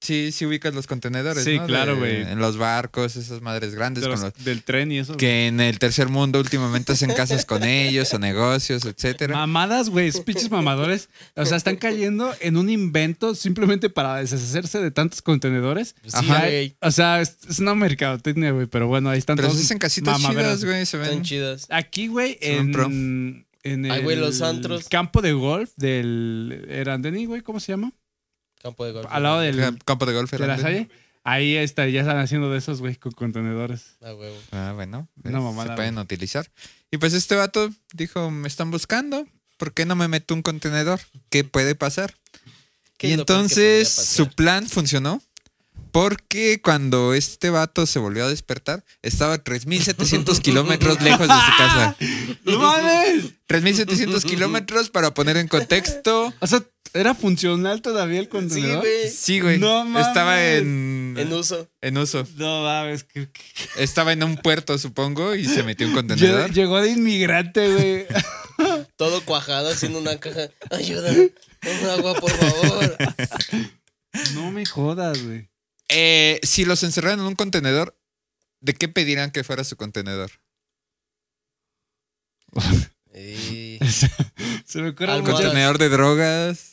Sí, sí ubicas los contenedores.
Sí,
¿no?
claro,
De-
güey.
En los barcos, esas madres grandes.
De
con
los-
los-
del tren y eso.
que en el tercer mundo últimamente hacen casas con ellos o negocios,
güey. *laughs*
etcétera.
Mamadas, güey, esos pinches mamadores. O sea, están cayendo en un invento simplemente para deshacerse de tantos contenedores.
Pues
Ajá.
Sí, güey.
O sea, es, es una mercadotecnia, güey, pero bueno, ahí están
Pero
todos.
se hacen casitas
mamaveras.
chidas, güey. Se
Están
ven.
chidas.
Aquí, güey,
Son pro.
en, en el
Ay, güey, los antros.
campo de golf del Erandeni, güey, ¿cómo se llama?
Campo de golf.
Al lado del,
Ca- campo de golf.
de la
grande.
Salle. Ahí está, ya están haciendo de esos, güey, con contenedores.
Ah, huevo.
Ah, bueno.
Una
eh,
mamada,
se pueden utilizar. Y pues este vato dijo, me están buscando. ¿Por qué no me meto un contenedor? ¿Qué puede pasar?
¿Qué
Y
es lo peor que
entonces
podría
su
pasar?
plan funcionó. Porque cuando este vato se volvió a despertar, estaba a
*laughs*
3.700 kilómetros lejos de su casa.
¡No mames!
3.700 kilómetros para poner en contexto.
*laughs*
O sea, ¿era funcional todavía el
Sí,
contenedor?
güey.
Sí, güey.
No mames.
estaba en,
En uso.
en uso.
No mames, que- que-
Estaba en un puerto, supongo, y se metió un
Lle-
contenedor.
llegó de inmigrante, güey. *laughs*
Todo cuajado haciendo una caja. Ayuda. Un agua,
*laughs*
por favor.
no me jodas, güey.
Eh, si los encerraran en un contenedor, ¿de qué pedirán que fuera su contenedor?
Y-
Se me ocurre
Algo
mucho-
Almohadas.
¿Contenedor de drogas?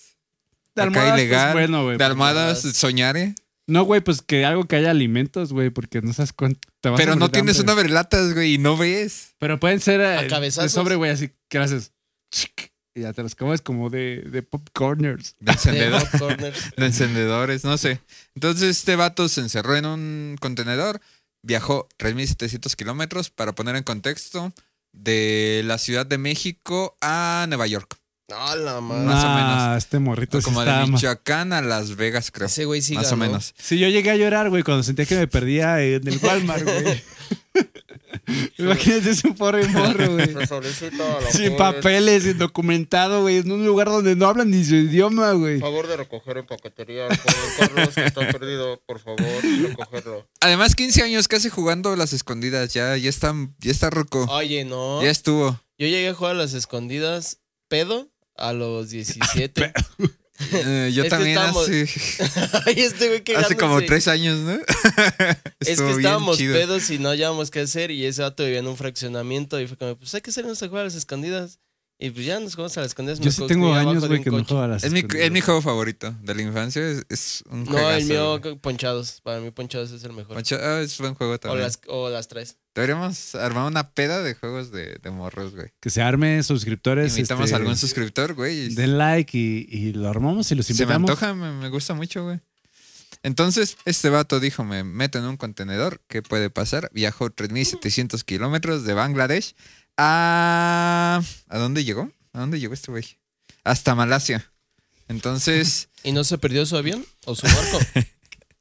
acá
de almohadas, pues,
ilegal,
bueno, güey.
¿De almohadas?
almohadas.
¿Soñare?
No, güey, pues que algo que haya alimentos, güey, porque no sabes cuánto. te vas a
Pero no
morir de
tienes
hambre.
una verlatas, güey, y no ves.
Pero pueden ser eh,
A
de
cabezazos.
sobre, güey, así que haces. chic, Y ya te los comes como de, de popcorners.
De
de
encendedor.
Hot Corners.
de encendedores, no sé. Entonces este vato se encerró en un contenedor, viajó 3.700 kilómetros para poner en contexto de la Ciudad de México a Nueva York.
No, la madre.
Ah, Más o
Nah,
menos.
este morrito sí
como
está
de
ma-
Michoacán a Las Vegas, creo.
Ese güey sí
más o
ganó.
menos.
Sí, yo llegué a llorar, güey, cuando sentía que me perdía en el Walmart,
*laughs*
güey.
Imagínate ese pobre
*laughs*
morro, güey.
Por favorcito, a los
*laughs*
pobres,
Sin papeles, indocumentado, güey. En un lugar donde no hablan ni su idioma, güey.
Favor de recoger en paquetería. Por Carlos que está perdido, por favor, recogerlo.
Además, 15 años casi jugando las escondidas. Ya, ya, está, ya está ruco.
Oye, no.
Ya estuvo.
Yo llegué a jugar a las escondidas pedo a
*laughs*
los 17.
Eh, yo
Es que
también
estábamos-
hace,
Ay, este güey que
hace como tres años, ¿no? *laughs*
Es
Estuvo
que
bien
estábamos
chido.
pedos y no hallábamos qué hacer. Y ese vato vivía en un fraccionamiento. Y fue como, pues hay que salirnos a jugar a las escondidas. Y pues ya nos jugamos a las escondidas.
Yo
me
sí
acosté
tengo
abajo
años,
de
güey,
un
que no
coche.
juego a las
Es mi, es mi
escondidas.
juego favorito de la infancia. Es, es un
No, el
juegazo,
mío,
güey.
co- ponchados. Para mí, ponchados es el mejor.
Mucho- ah, es buen juego
O
también.
las, o las tres.
Deberíamos armar una peda de juegos de, de morros, güey.
Que se arme,
Pues,
suscriptores.
Invitamos
este,
a algún suscriptor, güey. y
Den like y, y lo armamos y los
Se me
invitamos.
antoja, me, me gusta mucho, güey. Entonces, este vato dijo, me meto en un contenedor, ¿qué puede pasar? Viajó 3.700 kilómetros de Bangladesh a... ¿A dónde llegó? ¿A dónde llegó este güey? Hasta Malasia. Entonces,
¿Y no se perdió su avión o su barco?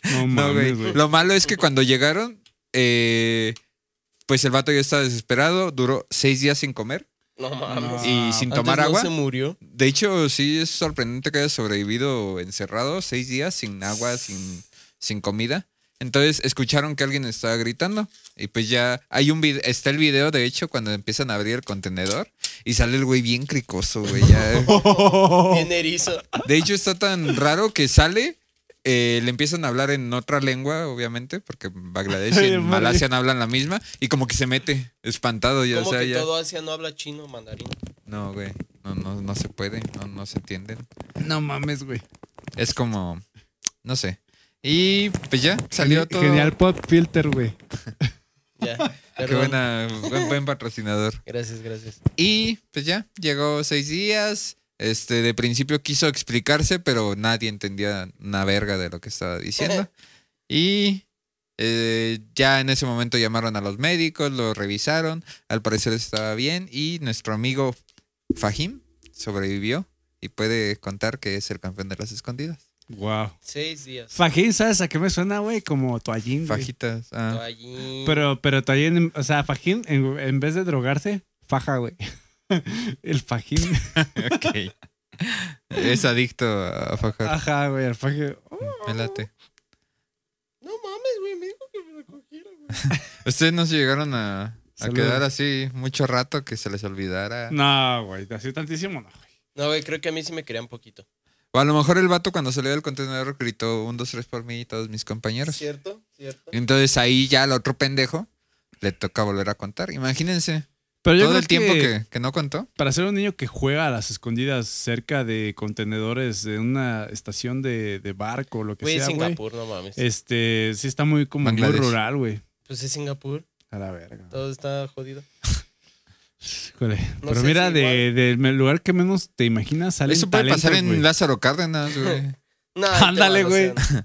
No,
*laughs* no,
mames,
güey.
güey.
Lo malo es que cuando llegaron, eh, Pues el vato ya estaba desesperado, duró seis días sin comer
No
No.
mames.
y sin
Ah, Antes
tomar
no
agua.
se murió.
De hecho, sí es sorprendente que haya sobrevivido encerrado seis días sin agua, sin, sin comida. Entonces escucharon que alguien estaba gritando y pues ya hay un video, está el video de hecho cuando empiezan a abrir el contenedor y sale el güey bien cricoso, güey. *laughs* ya. Oh.
Bien
*laughs*
erizo.
De hecho está tan raro que sale, eh, le empiezan a hablar en otra lengua, obviamente, porque en Bangladesh y
Ay,
en
madre.
Malasia no hablan la misma y como que se mete espantado, ya, o
Como
sea,
que
ya-
todo Asia no habla chino, mandarín.
*laughs* No, güey, no, no, no se puede, no, no se entienden.
No mames, güey.
Es como, no sé. Y pues ya, salió todo.
Genial pop filter, güey.
Ya.
Qué
perdón.
buena, buen, buen patrocinador.
Gracias, gracias.
Y pues ya, llegó seis días. Este, de principio quiso explicarse, pero nadie entendía una verga de lo que estaba diciendo. Y eh, ya en ese momento llamaron a los médicos, lo revisaron. Al parecer estaba bien. Y nuestro amigo Fahim sobrevivió y puede contar que es el campeón de las escondidas.
Wow.
Seis días.
Fajín, ¿sabes a qué me suena, güey? Como toallín. güey.
Fajitas. ah.
Allí.
Pero, pero toallín, o sea, Fajín, en, en vez de drogarse, faja, güey. *laughs* El fajín.
*laughs* Ok. Es adicto a fajar.
Ajá, güey, el fajín.
Me late.
No mames, güey. Me dijo que me recogiera, güey.
Ustedes no se llegaron a, a
Saludos.
quedar así mucho rato que se les olvidara.
No, güey, así tantísimo no, güey.
No, güey, creo que a mí sí me querían poquito.
O a lo mejor el vato cuando salió del contenedor gritó un, dos, tres por mí y todos mis compañeros.
¿Cierto? ¿Cierto?
Entonces ahí ya al otro pendejo le toca volver a contar. Imagínense.
Pero yo
Todo
creo
el tiempo que, que no contó.
Para ser un niño que juega a las escondidas cerca de contenedores de una estación de, de barco o lo que
Güey,
sea, güey.
Singapur, no mames.
Eh,
Este, sí está muy como muy
Bangladesh.
rural, güey.
Pues es Singapur.
A la verga.
Todo está jodido.
Híjole.
No
Pero
sé
mira,
si
de, del lugar que menos te imaginas salen
Eso puede pasar
talentos,
en
güey.
Lázaro Cárdenas, güey. *laughs*
No, ahí te
Ándale,
van, o sea,
güey.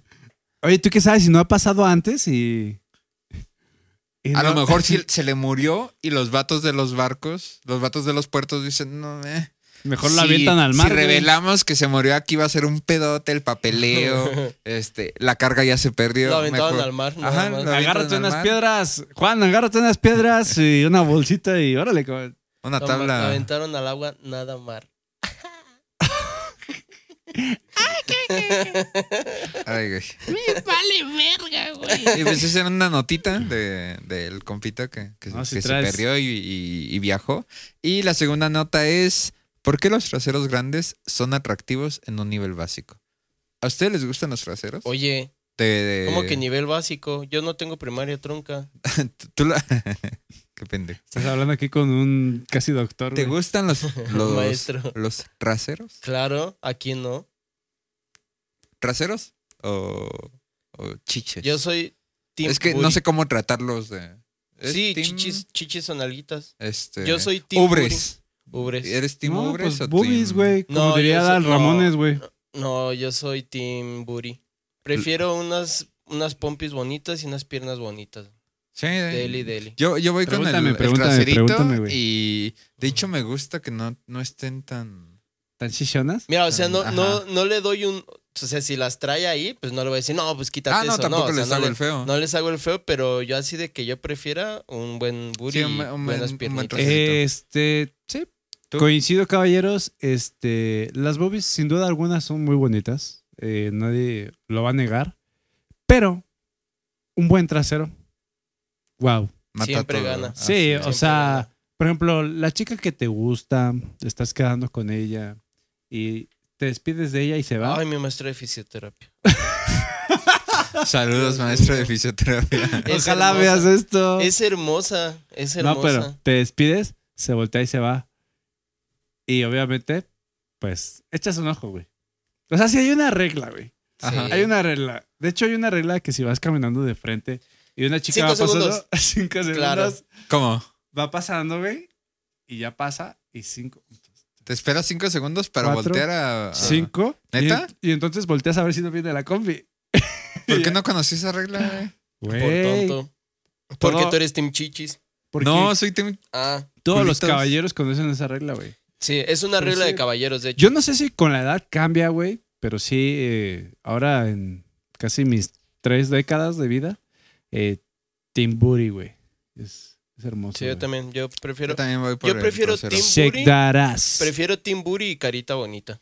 Oye, ¿tú qué sabes si no ha pasado antes y... *laughs* y
A
no-
lo mejor
*laughs*
sí se le murió y los vatos de los barcos, los vatos de los puertos dicen, no, eh.
Mejor la
Si-
avientan al mar.
Si
güey.
revelamos que se murió aquí, va a ser un pedote el papeleo.
*laughs*
este, la carga ya se perdió.
Lo aventaron
mejor.
al mar, nada
Ajá,
más.
lo avientan
Agárrate
al
unas
mar.
piedras. Juan, agárrate unas piedras y una bolsita y órale. cabrón.
Una
No, ma-
tabla.
aventaron al agua nada mar.
Ay, güey. vale verga, güey. Y pues esa era una notita de, del compita que, que,
No, si
que se
traes-
perdió y, y- y viajó. Y la segunda nota es: ¿Por qué los traseros grandes son atractivos en un nivel básico? ¿A ustedes les gustan los traseros?
Oye,
De- de-
¿cómo que nivel básico? Yo no tengo primaria trunca.
tú la- *laughs* Qué pendejo.
Estás hablando aquí con un casi doctor.
¿Te
güey.
gustan
*laughs*
los, los,
Maestro. *laughs*
los traseros?
Claro, aquí no.
¿Traseros? ¿O, o chiches?
Yo soy team
es que no
booty.
sé cómo tratarlos de. ¿es
Sí,
team,
chichis, chichis son alguitas.
Este,
Yo soy team
Ubres.
booty. Ubres.
¿Eres team
no,
Ubres o
pues boobies,
team-
güey.
No,
como
yo
diría
soy-
Dal
no.
Ramones, güey.
No, yo soy team booty. Prefiero unas unas pompis bonitas y unas piernas bonitas.
Sí.
Deli, deli.
Yo, yo voy con
Pregúntame,
el- el,
pregúntame,
traserito
pregúntame, güey.
y de hecho me gusta que no, no estén tan...
¿Tan chichonas?
Mira, o sea, no,
Ajá.
no, no le doy un... O sea, si las trae ahí, pues no le voy a decir, no, pues quítate
Ah, no,
eso.
tampoco
o sea,
les
no
hago
le-
el feo.
No les hago el feo, pero yo así de que yo prefiera un buen booty
Sí, un
y
buen- un
buenas
buen- un buen
piernitas. Eh,
trasero. Rosito.
Este, sí.
¿Tú?
Coincido, caballeros. Este, las boobies, sin duda algunas, son muy bonitas. Eh, nadie lo va a negar. Pero, un buen trasero. Wow.
Mata
Siempre
todo.
gana.
Ah,
sí,
sí.
o sea, por ejemplo, la chica que te gusta, te estás quedando con ella y te despides de ella y se va.
Ay, mi maestro de fisioterapia.
Saludos, maestro de fisioterapia. *laughs*
es
Ojalá
hermosa.
veas esto.
Es hermosa, es hermosa.
no, pero te despides, se voltea y se va. Y obviamente, pues, echas un ojo, güey. O sea, sí hay una regla, güey.
Ajá.
Sí.
Hay una regla. De hecho, hay una regla que si vas caminando de frente y una chica
Cinco
va pasando
segundos.
*laughs* cinco segundos,
Claro.
¿Cómo?
va pasando, güey, y ya pasa y cinco.
¿Te esperas cinco segundos para
Cuatro,
voltear
Ah.
a... a-
Cinco.
¿Neta?
Y, y entonces volteas a ver si no viene la combi.
¿Por qué no conocí esa regla, güey?
Por
Güey,
tonto. Porque
Todo-
tú eres Team Chichis.
porque
No, soy team...
Ah,
todos los
culitos.
caballeros conocen esa regla, güey.
sí, es una
Pues
Pero
regla
sí.
de caballeros, de hecho.
Yo no sé si con la edad cambia, güey, pero sí, eh, ahora en casi mis tres décadas de vida, eh, Team Booty, güey. Es- Es hermoso.
Sí, yo
güey.
también. Yo prefiero.
Yo también voy por
yo
el
prefiero
trasero.
Tim-
Shake that ass.
Prefiero Timburi y Carita Bonita.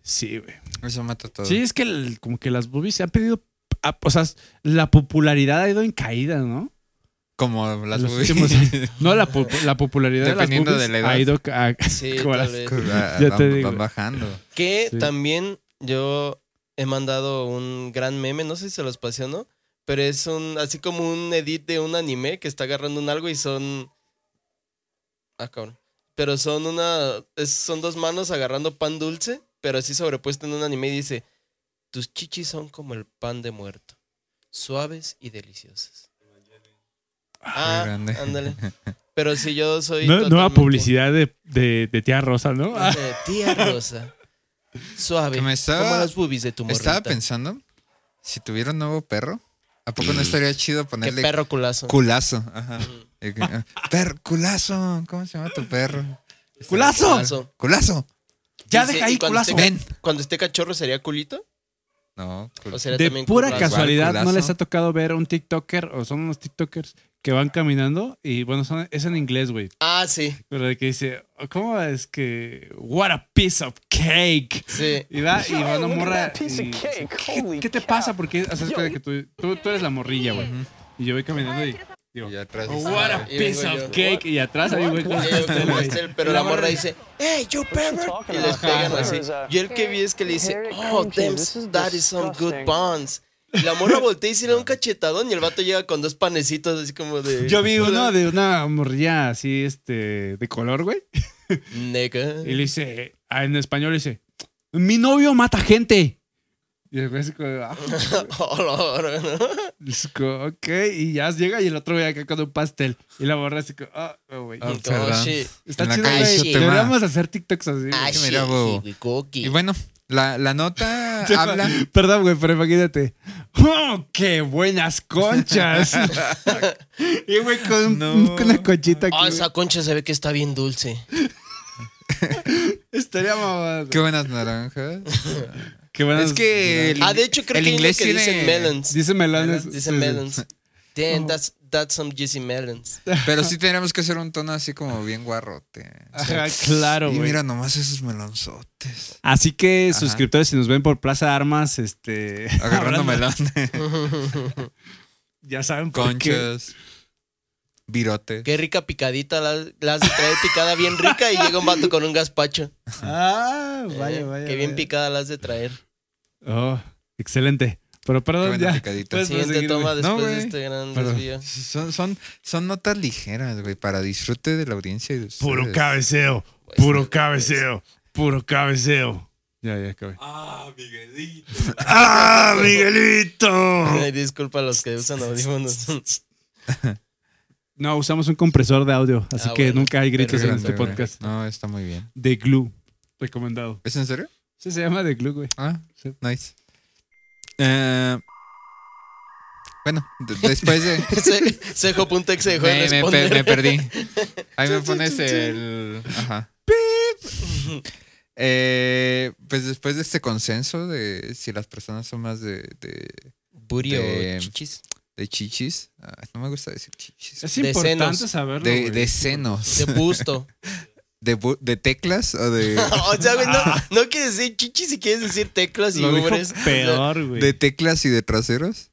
Sí, güey.
Eso mata todo.
Sí, es que el- como que las boobies se han pedido. ah, O sea, la popularidad ha ido en caída, ¿no?
Como las
Los
boobies. *laughs*
últimos- No, la, po- la popularidad de las
Dependiendo
boobies
de la edad.
ha ido ca- a- *laughs*
Sí,
como
tal
las-
vez.
Ah,
Ya
van-
te digo.
van bajando.
Que
Sí.
también yo he mandado un gran meme, no sé si se los pasé o no, pero es un así como un edit de un anime que está agarrando un algo y son. Ah, cabrón. Pero son una. es- son dos manos agarrando pan dulce, pero así sobrepuesto en un anime y dice: Tus chichis son como el pan de muerto, suaves y deliciosas. Ah,
grande.
ándale. Pero si yo soy.
Nue- nueva
totalmente-
publicidad de, de- de tía Rosa, ¿no? Ah,
*laughs*
eh, Tía Rosa. Suave.
Que me estaba-
como las boobies de tu morrita.
Estaba pensando, si tuviera un nuevo perro, ¿a poco no estaría chido
Mm. Qué
ponerle
perro Mm. culazo.
culazo? Ajá. Eh, que, ah, Per, culazo, ¿cómo se llama tu perro?
Este, Culazo.
¡Culazo!
ya
Dice,
deja ahí
¿y cuando
culazo.
esté-
¡Ven!
Cuando esté cachorro, ¿sería culito?
No, cul-
¿O será
De
también
pura
culazo?
casualidad,
Igual,
¿no
culazo.
les ha tocado ver a un TikToker o son unos TikTokers que van caminando y bueno, son- es en inglés, güey.
Ah, sí,
Pero de que dice, "Oh, ¿cómo es que? What a piece of cake.
*laughs*
sí.
Y va y va una morra. y-
Piece of cake,
¿Qué,
holy
qué te pasa? Porque o sea, es que tú, tú, tú eres la morrilla, güey. Y yo voy caminando y digo,
y atrás
"Oh,
dice,
what a
Y vengo
piece
yo.
of cake. Y atrás ahí, güey. con-
Y yo como este, el- pero la morra dice, hey, you perro. Y les pegan así. Yo el que vi es que le dice, oh, damn, that is some good buns. Y la morra voltea y se le da un cachetadón y el vato llega con dos panecitos así como de...
Yo vi uno de una morrilla así, este, de color, güey.
Nega.
Y le dice, ah, en español le dice, mi novio mata gente. Y el güey así como, ah,
*laughs* Hola, Oh, ¿no?
así como, ok, y ya llega y el otro güey acá con un pastel. Y la morra así como, ah, oh, güey.
Ah,
Entonces,
perdón.
sí.
Está
en la
chido,
calle
güey.
su tema.
Deberíamos hacer TikToks así. güey.
Ah,
que
sí,
mira, huevo.
sí, Goki.
Y bueno, la, la
*laughs*
nota habla.
Perdón, güey, pero imagínate. ¡Oh, qué
*laughs*
buenas conchas! y güey, con,
No.
con *laughs* una conchita aquí.
Ah,
güey.
esa concha se ve que está bien dulce.
Estaría mamado.
Qué buenas naranjas.
Qué buenas-
es que el,
Ah, de hecho creo
el
que
inglés
inglés que
tiene...
dicen melons.
Dice melones.
Dicen melons. Damn, that's, that's some juicy melons.
Pero sí tenemos que hacer un tono así como bien guarrote.
Ajá, claro,
y
güey.
mira nomás esos melonzotes.
Así que
Ajá.
suscriptores, si nos ven por Plaza Armas, este.
*laughs* Agarrando
hablando-
*laughs*
melones,
Ya saben por qué.
conchas, virotes.
Qué rica picadita, la, la has de traer picada bien rica y llega un vato con un gazpacho.
Ah,
Eh,
vaya, vaya.
Qué bien
vaya.
picada la has de traer.
Oh, excelente. Pero
Qué
perdón,
buena
ya.
picadita.
Pues,
Siguiente
seguir,
toma
güey.
después
No,
de
güey.
este gran
Perdón.
desvío.
Son, son, son notas ligeras, güey, para disfrute de la audiencia. y de
Puro
ustedes.
cabeceo,
Pues,
puro
sí,
cabeceo, puro cabeceo. Ya, ya acabé.
¡Ah, Miguelito!
*laughs* Ay, disculpa a los que usan audífonos.
No, usamos un compresor de audio, así
Ah,
que
bueno.
nunca hay gritos en
Perfecto,
este podcast.
No, está muy bien.
The Glue, recomendado.
¿Es en serio?
Sí, se llama The Glue, güey.
Ah,
Sí.
nice. Eh, bueno, de- después de...
Se- Sejo.exe dejó de
me, me per-
responder.
me perdí. Ahí me pones el... Ajá. Eh, pues después de este consenso de si las personas son más de, de,
Buri
De-
o chichis.
de chichis, ah, no me gusta decir chichis,
Es
De
importante
senos.
saberlo.
de,
güey.
de senos,
De busto.
de, bu- de teclas o
*laughs*
de...
Ah,
o sea, güey, no, no quieres decir chichis si quieres decir teclas y
Lo dijo
ubres. O sea,
peor, güey.
de teclas y de traseros,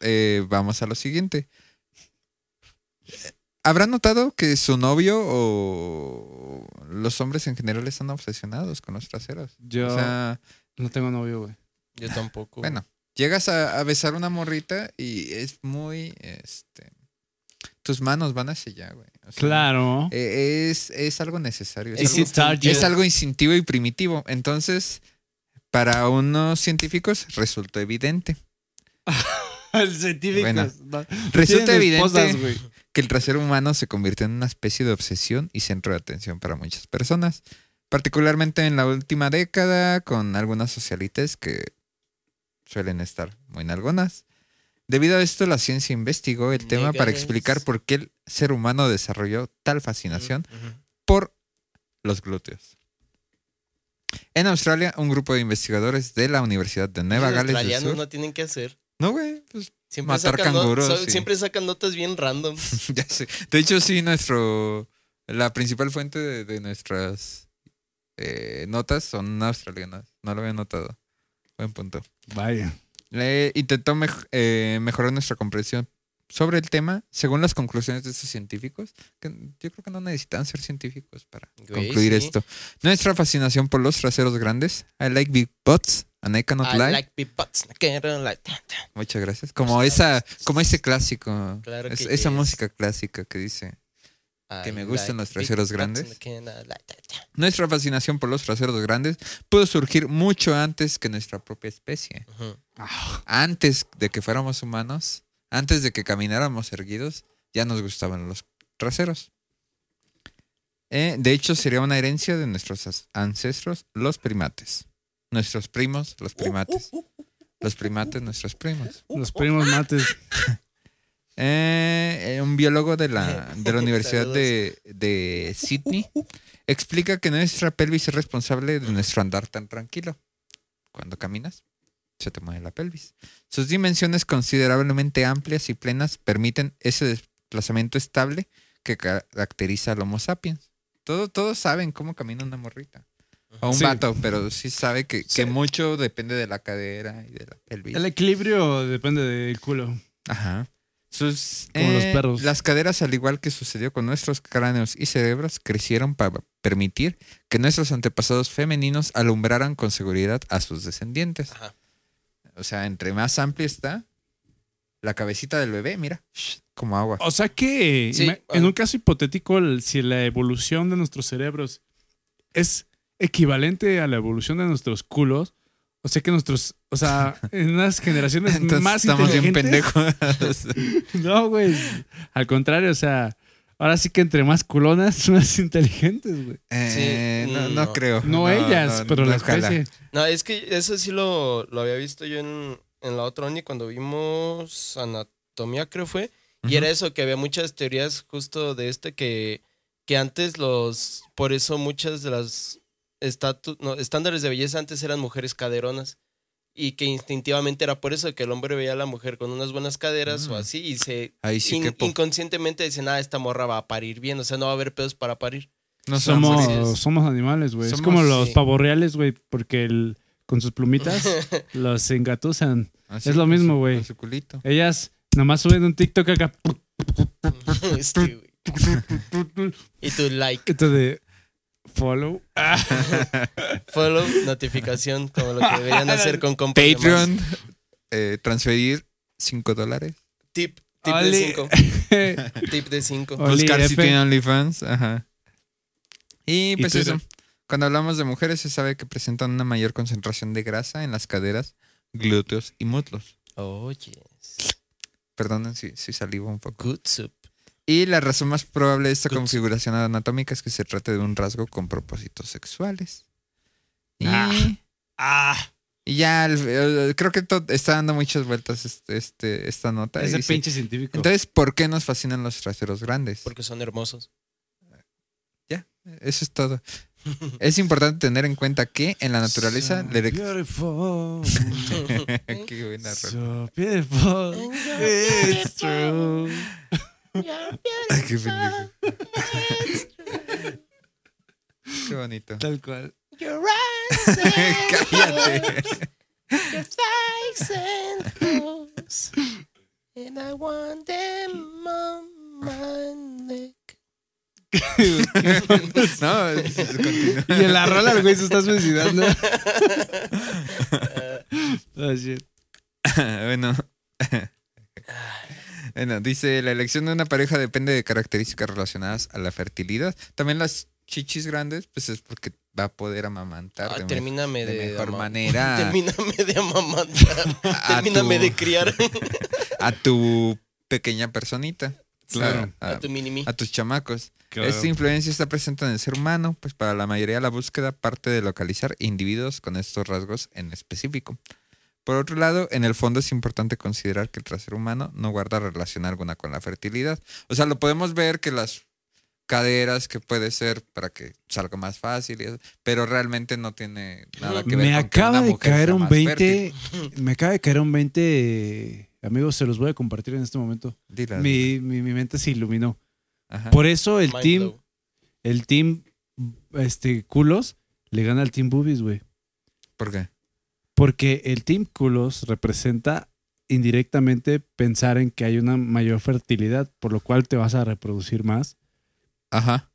eh, vamos a lo siguiente. ¿Habrán notado que su novio o los hombres en general están obsesionados con los traseros?
Yo pues.
O sea,
no tengo novio, güey.
Yo tampoco. güey.
bueno, llegas a, a besar una morrita y es muy, este, tus manos van hacia allá, güey. O sea,
Claro.
eh, Es, es algo necesario.
Es
algo-
instintivo.
es
*laughs*
algo instintivo y primitivo. Entonces, para unos científicos resultó evidente.
El científico.
Bueno.
no.
Resulta
Tienen
evidente
esposas, güey.
que el trasero humano se convirtió en una especie de obsesión y centro de atención para muchas personas, particularmente en la última década con algunas socialites que suelen estar muy nalgonas. Debido a esto, la ciencia investigó el tema para
Niggas.
explicar por qué el ser humano desarrolló tal fascinación
Ujú.
por los glúteos. En Australia, un grupo de investigadores de la Universidad de Nueva
Los
Gales del
australianos
Sur
no tienen que hacer.
No, güey, pues *laughs*
Siempre
Matar
sacan no-
canguros,
so-
sí.
Siempre sacan notas bien random.
ya sé. De hecho, sí, nuestro. La principal fuente de, de nuestras eh, notas son australianas. No lo había notado. Buen punto.
Vaya.
Le intentó mej- eh, mejorar nuestra comprensión sobre el tema según las conclusiones de estos científicos. que yo creo que no necesitan ser científicos para
Güey,
concluir
sí.
esto. Nuestra fascinación por los traseros grandes. I like big butts and I cannot
I
lie.
like big butts, I can't like that.
Muchas gracias. Como esa, como ese clásico.
Claro
es-
que
esa
yes.
música clásica que dice. Que
I
me gustan los
big
traseros
butts,
grandes.
I can't like that.
Nuestra fascinación por los traseros grandes pudo surgir mucho antes que nuestra propia especie.
Ujú.
Antes de que fuéramos humanos, antes de que camináramos erguidos, ya nos gustaban los traseros. Eh, de hecho, sería una herencia de nuestros as- ancestros, los primates. Nuestros primos, los primates. Los primates, nuestros primos.
Los
*laughs*
primos mates.
Eh, eh, un biólogo de la, de la Universidad de, de Sydney explica que nuestra pelvis es responsable de nuestro andar tan tranquilo. Cuando caminas, se te mueve la pelvis. Sus dimensiones considerablemente amplias y plenas permiten ese desplazamiento estable que caracteriza al Homo sapiens. Todo, todos saben cómo camina una morrita. O un
Sí.
vato, pero sí sabe que, que
Sí.
mucho depende de la cadera y de la pelvis.
El equilibrio depende del culo.
Ajá. Sus, eh,
Como los perros.
Las caderas, al igual que sucedió con nuestros cráneos y cerebros, crecieron para permitir que nuestros antepasados femeninos alumbraran con seguridad a sus descendientes.
Ajá.
O sea, entre más amplia está la cabecita del bebé, mira, shh, como agua.
O sea que,
Sí,
ima- en un caso hipotético, el- si la evolución de nuestros cerebros es equivalente a la evolución de nuestros culos, o sea que nuestros,
*laughs*
o sea, en unas generaciones
Entonces
más
estamos bien
inteligentes-
pendejos.
*laughs*
*laughs* No, güey. Al contrario, o sea, ahora sí que entre más culonas, *laughs* más inteligentes, güey.
Eh,
Sí,
no,
mm,
no
no.
creo.
No, ellas,
no,
pero
no,
la
ojalá.
especie.
No, es que eso sí lo, lo había visto yo en, en la otra ONI cuando vimos anatomía, creo fue. Y
Ujú.
era eso, que había muchas teorías justo de este que, que antes los... Por eso muchas de las estatu- no, estándares de belleza antes eran mujeres caderonas. Y que instintivamente era por eso que el hombre veía a la mujer con unas buenas caderas o
Mm.
así y se
Ahí sí
in-
que po-
inconscientemente dicen, ah, esta morra va a parir bien, o sea, no va a haber pedos
*laughs*
para parir. *laughs*
no somos.
Somos, somos animales, güey. Es
Somos-
como los
sí.
pavorreales, güey, porque el- con sus plumitas
*laughs*
los engatusan.
Así,
es lo
con
mismo,
su-
güey.
con su culito.
Ellas nomás suben un TikTok acá.
Este, güey. y tu like,
Esto de
*laughs*
follow.
follow, notificación, como lo que deberían hacer
*laughs*
con compas de más.
Patreon, eh, transferir 5 dólares.
Tip, tip de
Ole.
5. Tip de 5.
*laughs* Oli,
Buscar si
F.
tiene OnlyFans. Ajá. Y
Y
pues
Twitter.
eso. Cuando hablamos de mujeres, se sabe que presentan una mayor concentración de grasa en las caderas, glúteos y muslos.
Oye.
Perdonen si, si salivo un poco.
Good soup.
Y la razón más probable de esta
Ups.
configuración anatómica es que se trate de un rasgo con propósitos sexuales. Y,
Ah. Ah,
y ya, el- el- creo que to- está dando muchas vueltas este, este- esta nota. y
ese
dice,
pinche científico.
Entonces, ¿por qué nos fascinan los traseros grandes?
Porque son hermosos.
Eso es todo. Es importante tener en cuenta que en la naturaleza
So
le
beautiful.
*laughs*
*laughs*
Qué buena rola.
so beautiful. It's true.
Ay, qué pendejo. Qué
*laughs*
bonito. *laughs*
Tal cual.
*laughs*
Cállate.
And I want them on my neck.
No, es- es- continúa. *laughs*
Y en la rola el güey se está suicidando. *laughs* Oh, shit.
bueno. Bueno, dice, la elección de una pareja depende de características relacionadas a la fertilidad. También las chichis grandes, pues es porque va a poder amamantar.
Ah,
de
termíname
de
de,
mejor
ama- *laughs*
manera.
Termíname de amamantar.
*laughs*
a
*laughs* termíname
tu-
de criar.
a tu pequeña personita.
Claro.
A,
A tu mini mí.
a tus chamacos.
Claro.
Esta influencia está presente en el ser humano, pues para la mayoría la búsqueda parte de localizar individuos con estos rasgos en específico. Por otro lado, en el fondo es importante considerar que el trasero humano no guarda relación alguna con la fertilidad. O sea, lo podemos ver que las caderas que puede ser para que salga más fácil, y eso, pero realmente no tiene nada que ver
Me
con que
acaba
una
de
mujer
caer
sea
un
más
20.
fértil.
Me acaba de caer un 20. Amigos, se los voy a compartir en este momento.
Dila, dila.
Mi, mi- mi mente se iluminó.
Ajá.
Por eso el
Mind
team,
blow.
el team este, culos le gana al team boobies, güey.
¿Por qué?
Porque el team culos representa indirectamente pensar en que hay una mayor fertilidad, por lo cual te vas a reproducir más.
Ajá.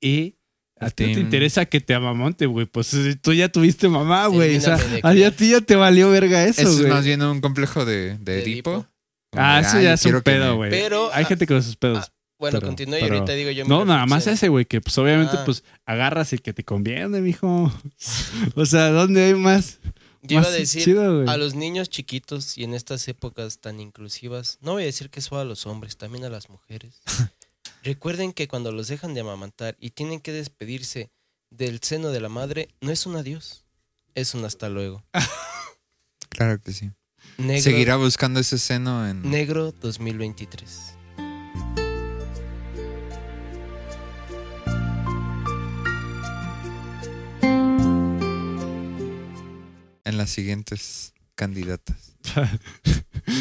Y a
El
ti
Este,
no te
team-
interesa que te amamonte, güey. Pues eh, tú ya tuviste mamá, güey. O sea,
Termíname de
a
criar.
a ti ya te valió verga eso,
Eso es
güey.
más bien un complejo de, de,
De
Edipo.
Edipo.
Como
Ah,
de,
eso
"Ah,
ya
yo
es
quiero
un
que me-
pedo, güey.
Pero,
Eh, Hay
ah,
gente que con sus pedos.
Bueno,
pero-
continúa y
pero-
ahorita digo yo. mi
No, nada más
reflexión.
ese, güey, que pues obviamente
Ah.
pues agarras el que te conviene, mijo. *laughs* O sea, ¿dónde hay más?
Yo iba a
más
decir
chido,
a
güey?
los niños chiquitos y en estas épocas tan inclusivas, no voy a decir que eso a los hombres, también a las mujeres. Recuerden que cuando los dejan de amamantar y tienen que despedirse del seno de la madre, no es un adiós, es un hasta luego.
Claro que sí.
Negro,
Seguirá buscando ese seno en...
negro 2023.
en las siguientes
*laughs*
candidatas.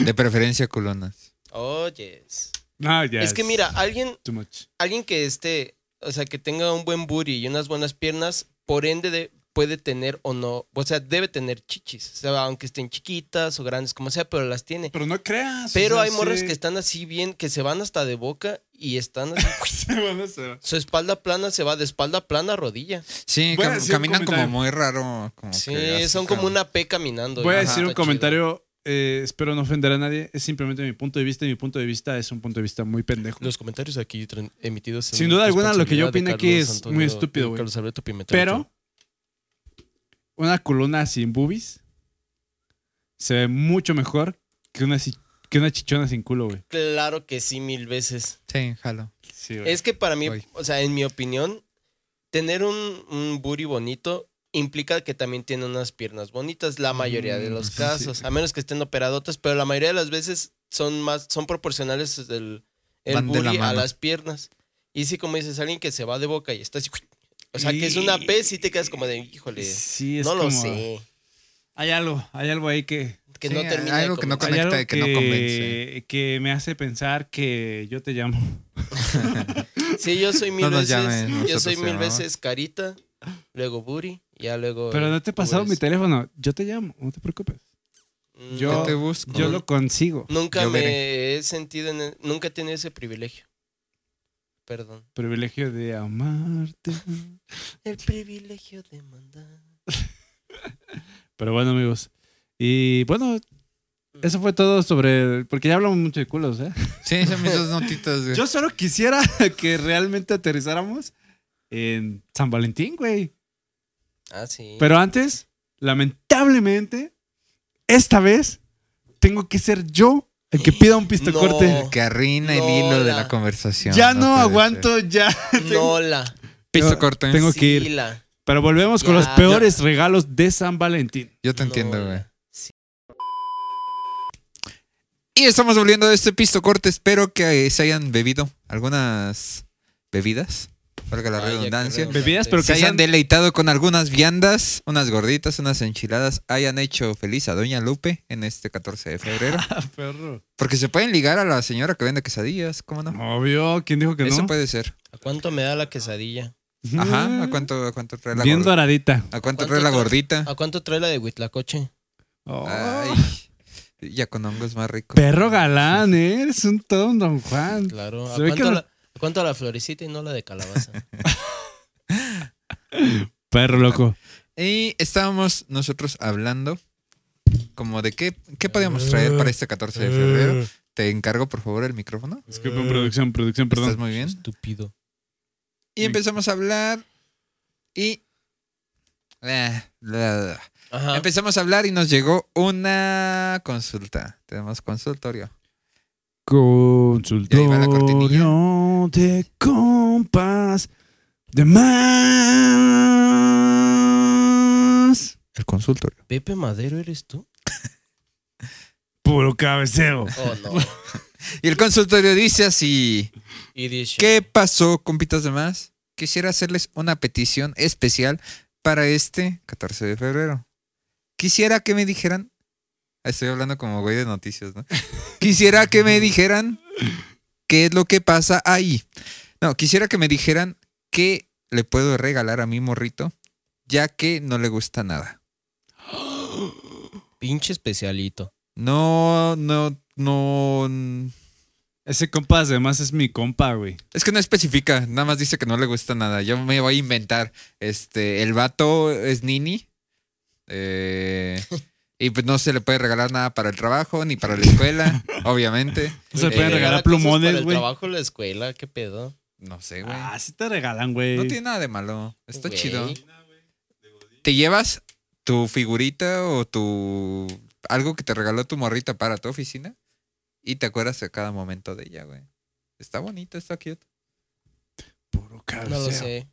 De preferencia culonas.
Oyes.
No, ya.
es que mira, alguien
Too much.
alguien que esté, o sea, que tenga un buen booty y unas buenas piernas, por ende de- puede tener o no, o sea, debe tener chichis, o sea, aunque estén chiquitas o grandes, como sea, pero las tiene.
Pero no creas.
Pero hay morras
*laughs*
que están así bien, que se van hasta de boca y están así. *laughs* Su espalda plana se va de espalda plana a rodilla.
Sí,
Voy a
cam-
decir un
caminan como
comentario.
muy raro. como
Sí,
que así
son como una P caminando.
Voy a
Ajá,
decir un
está chido.
comentario, eh, espero no ofender a nadie. Es simplemente mi punto de vista y mi punto de vista es un punto de vista muy pendejo.
Los comentarios aquí tran- emitidos. en
Sin duda alguna, lo que
responsabilidad
yo
de
opino aquí
Carlos
es
Antonio-
muy estúpido, güey.
Carlos Alberto Pimentel.
Pero una culona sin boobies se ve mucho mejor que una, si- que una chichona sin culo, güey.
Claro que sí, mil veces.
Sí, jalo.
Sí,
Es que para mí,
Voy.
o sea, en mi opinión, tener un, un booty bonito implica que también tiene unas piernas bonitas, la mayoría de
Mm, *laughs*
los
sí,
casos,
sí.
a menos que estén operadotas, pero la mayoría de las veces son más, son proporcionales el, el
Van de la
booty a
mano.
las piernas. Y si como dices, alguien que se va de boca y está así, o sea, que es una
Y-
P, si te quedas como de, híjole,
Sí, es
no lo
como-
sé,
Hay algo, hay algo ahí que...
que
Sí,
no termina de
algo que no
convencer.
hay
Conecta
algo
y que no convence.
que me hace pensar que yo te llamo.
*laughs* Sí, yo soy mil
No nos
veces,
llamen,
yo
nosotros
soy
te
mil
llamamos.
veces carita, luego booty, ya luego...
Pero no te he pasado mi
boobies.
teléfono. Yo te llamo, no te preocupes.
*laughs*
Mm,
Yo
*laughs* Yo-
te busco.
Yo lo consigo.
Nunca
Yo
me he sentido en el- nunca he tenido ese privilegio. Perdón.
Privilegio de amarte.
El privilegio de mandar.
Pero bueno, amigos. Y bueno, eso fue todo sobre... el- porque ya hablamos mucho de culos, ¿eh?
Sí, son mis dos notitas, güey.
Yo solo quisiera *laughs* que realmente aterrizáramos en San Valentín, güey.
Ah, sí. *laughs*
Pero antes, lamentablemente, esta vez tengo que ser yo el que pida un pistocorte.
No.
Que arruina el
No,
hilo de
la-
la conversación.
Ya no,
puede ser.
aguanto, ya.
Nola.
Piso corto. ¿eh?
Tengo que ir.
Sila.
Pero volvemos con
Ya,
los peores regalos de San Valentín.
Yo te entiendo,
No.
güey. Y estamos volviendo de este pisto corte. Espero que eh, se hayan bebido algunas bebidas. Valga la
Vaya, qué
redundancia.
redundante.
Bebidas, pero
Se
que
hayan
sean...
deleitado con algunas viandas, unas gorditas, unas enchiladas, hayan hecho feliz a Doña Lupe en este 14 de
*laughs*
febrero.
perro.
Porque se pueden ligar a la señora que vende quesadillas, ¿cómo no?
Obvio, ¿quién dijo que
Eso
no? Ah,
puede ser.
¿A cuánto me da la quesadilla?
Ajá, ¿a cuánto, a cuánto trae la
Bien
gordita?
doradita.
¿A cuánto
¿Cuánto
trae la
trae?
gordita?
¿A cuánto trae la de Huitlacoche?
Ay, ya con hongos más rico.
Oh. Perro galán, ¿eh? Eres un todo un don Juan.
Claro. ¿A
Se ve que
cuánto,
lo-
la, a cuánto la florecita y no la de
*laughs*
calabaza?
Perro loco.
Y estábamos nosotros hablando como de qué, qué podíamos traer para este 14 de febrero. Te encargo, por favor, el micrófono.
Disculpen, producción, producción,
¿Estás
perdón.
muy bien?
Estúpido.
Y empezamos a hablar y... Eh, bla, bla, bla.
Ajá.
Empezamos a hablar y nos llegó una consulta. Tenemos consultorio. Y ahí va la
Consultorio de compas de más.
El consultorio.
¿Pepe Madero eres
*laughs*
tú?
Puro cabeceo.
Oh, no.
Y el consultorio dice así.
Y dice,
¿Qué pasó, compitas de más? Quisiera hacerles una petición especial para este 14 de febrero. Quisiera que me dijeran. Estoy hablando como güey de noticias, ¿no? Quisiera que me dijeran qué es lo que pasa ahí. No, quisiera que me dijeran qué le puedo regalar a mi morrito, ya que no le gusta nada.
Pinche especialito.
No, no, no.
Ese compa además es mi compa, güey.
Es que no especifica, nada más dice que no le gusta nada. Yo me voy a inventar. Este, el vato es Nini. eh, y pues no se le puede regalar nada para el trabajo ni para la
*laughs*
escuela, obviamente.
No se le pueden
Eh,
cosas pues, para
regalar plumones,
El
güey.
trabajo, la escuela, qué pedo.
No sé, güey.
Ah, sí te regalan, güey.
No tiene nada de malo. Está
Güey.
chido. Te llevas tu figurita o tu. algo que te regaló tu morrita para tu oficina y te acuerdas de cada momento de ella, güey. Está bonito, está cute.
Puro
No lo sé.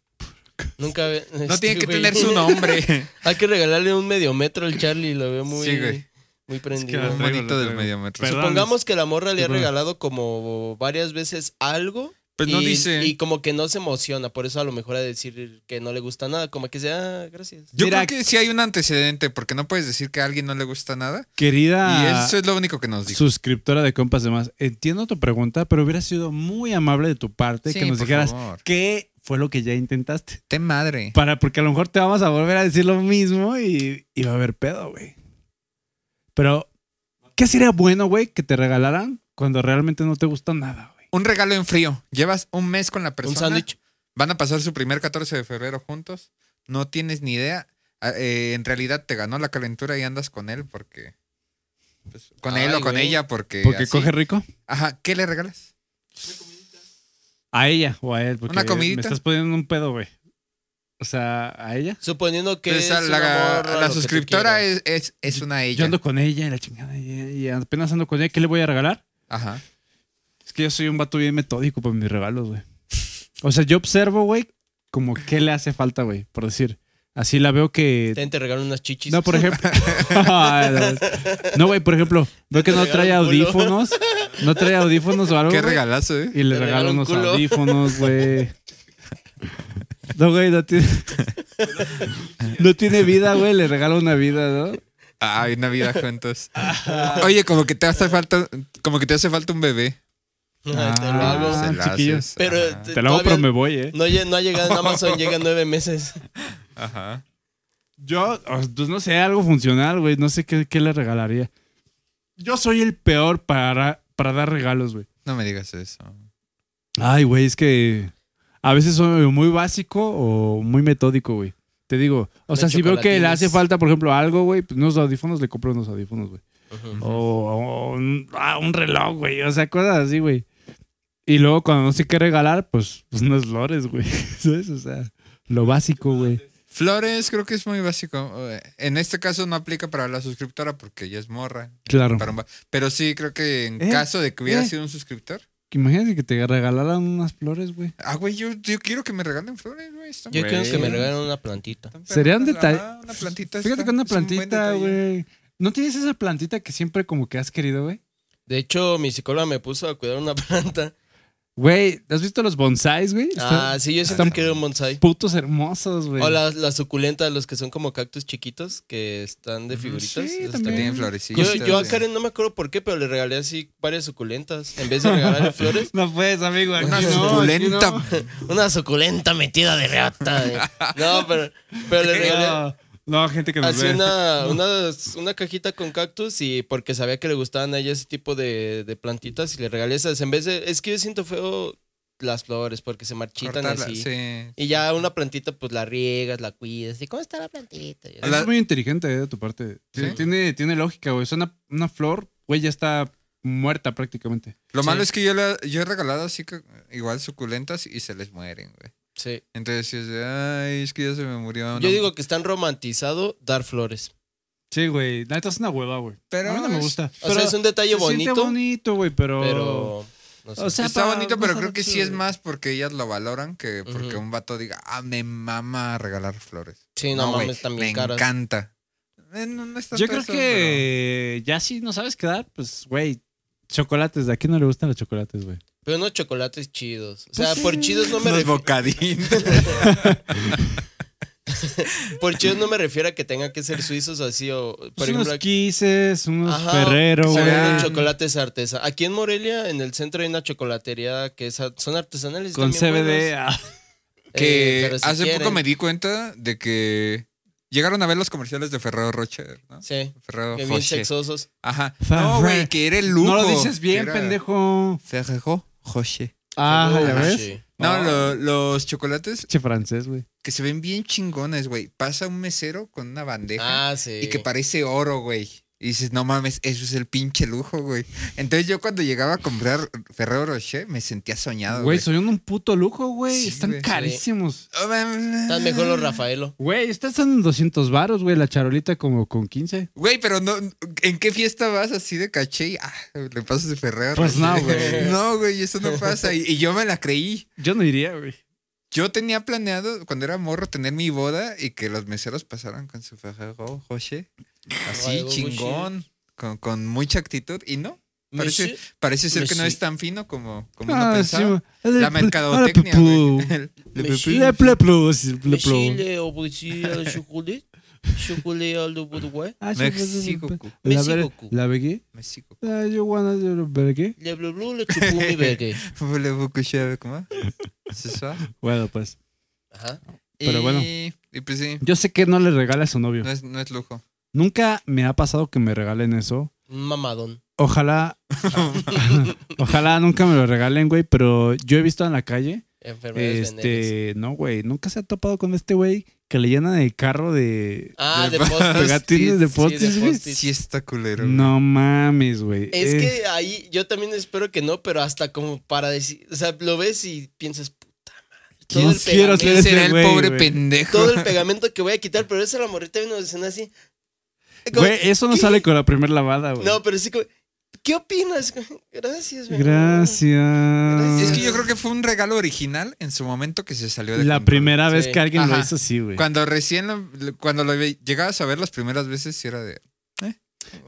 Nunca. ve-
No tiene
este,
que
güey.
tener
*laughs*
su nombre. *laughs*
Hay que regalarle un medio metro al Charlie, lo veo muy,
Sí, güey.
muy
Es
prendido.
que no-
Un monito
lo
del
traigo.
medio metro.
Perdón.
Supongamos que la morra le ha
Sí, bueno.
regalado como varias veces algo.
Pues
y,
no dice.
Y como que no se emociona, por eso a lo mejor a decir que no le gusta nada, como que sea, ah, gracias.
Yo
Mira-
creo que sí hay un antecedente, porque no puedes decir que a alguien no le gusta nada.
Querida
y eso es lo único que nos dijo.
suscriptora de compas demás, entiendo tu pregunta, pero hubiera sido muy amable de tu parte que
Sí,
nos
por
dijeras
favor.
qué fue lo que ya intentaste.
Te madre.
Para, porque a lo mejor te vamos a volver a decir lo mismo y, y va a haber pedo, güey. Pero, ¿qué sería bueno, güey, que te regalaran cuando realmente no te gusta nada, güey?
Un regalo en frío. Llevas un mes con la persona.
Un sándwich.
Van a pasar su primer 14 de febrero juntos. No tienes ni idea. Ah, eh, en realidad te ganó la calentura y andas con él porque. pues, con él
Ay,
o con
güey.
ella porque.
Porque
Eh, así.
coge rico.
Ajá, ¿qué le regalas?
A ella o a él. Porque
Una comidita.
Me estás poniendo en un pedo, güey. O sea, a ella.
Suponiendo que.
Entonces,
es
a
un
la,
amor
a la
a lo que tú
suscriptora
quieras.
es, es, es una
Yo
ella.
ando con ella y la chingada. Y, y apenas ando con ella, ¿qué le voy a regalar?
Ajá.
Es que yo soy un vato bien metódico para mis regalos, güey. O sea, yo observo, güey, como qué le hace falta, güey, por decir. Así la veo que.
Ten, te regalan unas chichis. *laughs*
No, por ejemplo. *laughs* Ay, no. no, güey, por ejemplo, veo que no
Te
trae
regala un culo.
audífonos. No trae audífonos o algo.
¿Qué
güey,
regalazo, eh?
Y le
Te regala
regalo
un
unos
culo.
audífonos, güey. No, güey,
*laughs*
no tiene. No tiene vida, güey, le regalo una vida, ¿no?
Ay, Navidad
*laughs*
juntos. Oye, como que te hace falta, como que te hace falta un bebé.
Ay, te lo
Ah,
hago.
sí.
Se la
chiquillo.
haces,
Pero
ajá,
te-
Te lo hago,
todavía
pero me voy, ¿eh?
no, lle- no ha llegado en Amazon, llega en
*laughs*
nueve meses.
Ajá.
Yo, o sea, pues no sé, algo funcional, güey. No sé qué, qué le regalaría. Yo soy el peor para, para dar regalos, güey.
No me digas eso.
Ay, güey, es que a veces soy muy básico o muy metódico, güey. Te digo, o
De
sea, si veo que le hace
chocolatines.
falta, por ejemplo, algo, güey, pues unos audífonos, le compro unos audífonos, güey.
Ujú.
O, o un, ah, un reloj, güey. O sea, cosas así, güey. Y luego cuando no sé qué regalar, pues unos flores, güey. *laughs* ¿Sabes? O sea, lo básico, güey.
Flores creo que es muy básico. Eh, En este caso no aplica para la suscriptora porque ella es morra.
Claro.
Para un va- Pero sí, creo que en
Eh,
caso de que hubiera
eh.
sido un suscriptor.
Imagínate que te regalaran unas flores, güey.
Ah, güey, yo, yo quiero que me regalen flores, güey. Están
Yo quiero que me
perronas,
regalen una plantita.
están
Sería un
perronas,
detalle.
ajá, Una plantita.
Fíjate
está-
que una
es un buen
plantita,
detalle.
güey. ¿No tienes esa plantita que siempre como que has querido, güey?
De hecho, mi psicóloga me puso a cuidar una *laughs* planta.
Güey, ¿has visto los bonsais, güey? Están
Ah, sí, yo siempre
están-
quiero un bonsai.
putos hermosos, güey.
O las las suculentas, los que son como cactus chiquitos, que están de figuritas.
sí,
Que
esas
también.
también.
Tienen florecitas.
Yo, yo a
güey.
Karen no me acuerdo por qué, pero le regalé así varias suculentas. En vez de
*laughs*
regalarle flores,
No puedes, amigo. aquí
Una
no, aquí
suculenta. *laughs*
no.
una suculenta metida de reata. eh. No, pero, pero le regalé
No, no, gente que nos
así
ve.
una, una, una cajita con cactus y porque sabía que le gustaban a ella ese tipo de, de plantitas y le regalé esas. En vez de, es que yo siento feo las flores porque se marchitan
Cortarla,
así.
sí.
Y ya una plantita, pues la riegas, la cuidas. ¿Y cómo está la plantita? Y así.
Es
La-
muy inteligente eh, de tu parte. Tiene,
Sí.
tiene, tiene lógica, güey. Es una, una flor, güey, ya está muerta prácticamente.
Lo
Sí.
malo es que yo, la- yo he regalado así que igual suculentas y se les mueren, güey.
Sí.
Entonces, sí es de, ay, es que ya se me murió.
Yo
no".
digo que están romantizado dar flores.
Sí, güey. La neta es una hueva, güey.
Pero
a mí no me
es-
gusta.
O sea, es un detalle
se siente
bonito,
bonito, güey, pero...
pero... no sé.
O sea,
Está
pa-
bonito,
no
pero
está
creo que
chido,
sí es
güey.
más porque ellas lo valoran que porque
Ujú.
un vato diga, ah, me mama regalar flores.
sí, no,
güey,
mames, también
me
caras.
encanta. Eh, no, no es tanto
Yo creo
eso,
que ya si no sabes quedar, pues, güey, Chocolates, ¿de aquí no le gustan los chocolates, güey?
Pero unos chocolates chidos.
Pues
O
Pues
sea, por chidos no me
Unos
refiero. *laughs*
bocadines.
Por chidos no me refiero a que tengan que ser suizos o así o por
Pues
ejemplo
unos
aquí,
quises, unos
Ajá,
ferrero,
son
güey.
vean.
unos chocolates artesanales. Aquí en Morelia, en el centro hay una chocolatería que es a- son artesanales y
Con
están bien
CBD.
buenos.
ah.
Eh,
que
pero si
hace poco
quieren.
me di cuenta de que llegaron a ver los comerciales de Ferrero Rocher, ¿no?
Sí,
Ferrero
que bien
Rocher.
sexosos.
Ajá.
Ferrer.
No, güey, que era el lujo.
No lo dices bien,
que era
pendejo.
Ferrero Rocher.
Ah, ya
Ajá,
ves.
sí.
No,
Ah.
lo- los chocolates
Che francés, güey.
que se ven bien chingones, güey. Pasa un mesero con una bandeja
Ah, sí.
y que parece oro, güey. Y dices, no mames, eso es el pinche lujo, güey. Entonces yo cuando llegaba a comprar Ferrero Rocher me sentía soñado,
Güey,
Ah, güey.
soy un puto lujo, güey.
Sí,
Están
güey.
carísimos.
Oh, man.
Están mejor los Rafaelo.
Güey, estas están en 200 varos, güey. La charolita como con 15.
Güey, pero no, ¿en qué fiesta vas así de caché y ah, le pasas de Ferrero?
Pues no,
güey.
*laughs* No, güey, eso no pasa. Y, y yo me la creí.
Yo no iría, güey.
Yo tenía planeado, cuando era morro, tener mi boda y que los meseros pasaran con su Ferrero Rocher. Así,
Algo
chingón. Con, con mucha actitud. Y no, parece,
Monsieur-
parece ser que no
Monsieur.
es tan fino como, como uno
Ah,
pensaba.
sí, güey.
La
Ple-
mercadotecnia,
ah,
güey. *laughs*
ple-
Le-
Me
le-
sí.
Le ple- plu, sí, ple-
Mais
plu.
si le ofrecí al
*laughs*
chocolat, chocolat al Uruguay,
Ah, sí, pues, sí,
México,
pues.
cu-
La
México,
ver-
cu.
La vegué.
México.
Ah, yo guana, yo lo vergué.
le bleu bleu, le chupó mi
*laughs*
verga.
Voulez vous coucher avec moi? Ce soir?
Bueno, pues.
Ajá.
Pero bueno.
Y, y pues sí,
Yo sé que no le regala a su novio.
no es, no es lujo.
Nunca me ha pasado que me regalen eso.
Un mamadón.
Ojalá. *laughs* ojalá nunca me lo regalen, güey. Pero yo he visto en la calle.
Enfermedades venéreas.
Este. No, güey. Nunca se ha topado con este güey que le llenan el carro de.
Ah,
de
de postes.
pegatines de
Sí,
postes, güey.
postes.
Sí está culero. güey.
No mames, güey.
Es
Eh,
que ahí yo también espero que no, pero hasta como para decir, o sea, lo ves y piensas, puta madre.
¿Quién
Todo el,
quiero
pegamento,
ser
¿Quién
ese
será el
güey,
pobre
güey?
pendejo?
todo el pegamento que voy a quitar, pero esa la morrita viene diciendo así. Como-
Güey, eso no
¿qué?
sale con la primera lavada, güey.
No, pero sí como, ¿qué opinas? Gracias, güey.
Gracias.
Es que yo creo que fue un regalo original en su momento que se salió de
La
control.
primera vez
Sí.
que alguien
Ajá.
lo hizo así, güey.
Cuando recién, lo- cuando lo ve- llegabas a ver las primeras veces, sí era de... eh, un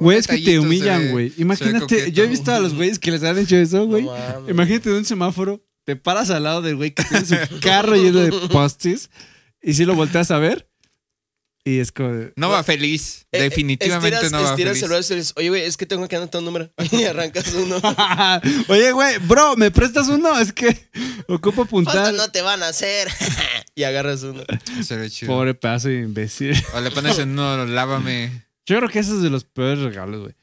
Güey, es que te
detallito, se
humillan,
ve-
güey.
se ve
Imagínate, yo he
coqueto.
visto a los güeyes que les han hecho eso, güey.
No mames.
Imagínate en un semáforo, te paras al lado del güey que tiene su
*laughs*
carro lleno de postis y si lo volteas a ver y es como... de- *laughs*
No va feliz.
Eh, eh,
Definitivamente
estiras-
no va
estiras
feliz.
el brazo y dices, oye, güey, es que tengo que anotar un número. *laughs* Y arrancas uno.
*laughs* Oye, güey, bro, ¿me prestas uno? Es que ocupo
Falta
apuntar.
no te van a hacer. *laughs* y agarras uno.
Se ve chido.
Pobre pedazo de imbécil. *laughs*
O le pones en no, lávame.
Yo creo que ese es de los peores regalos, güey.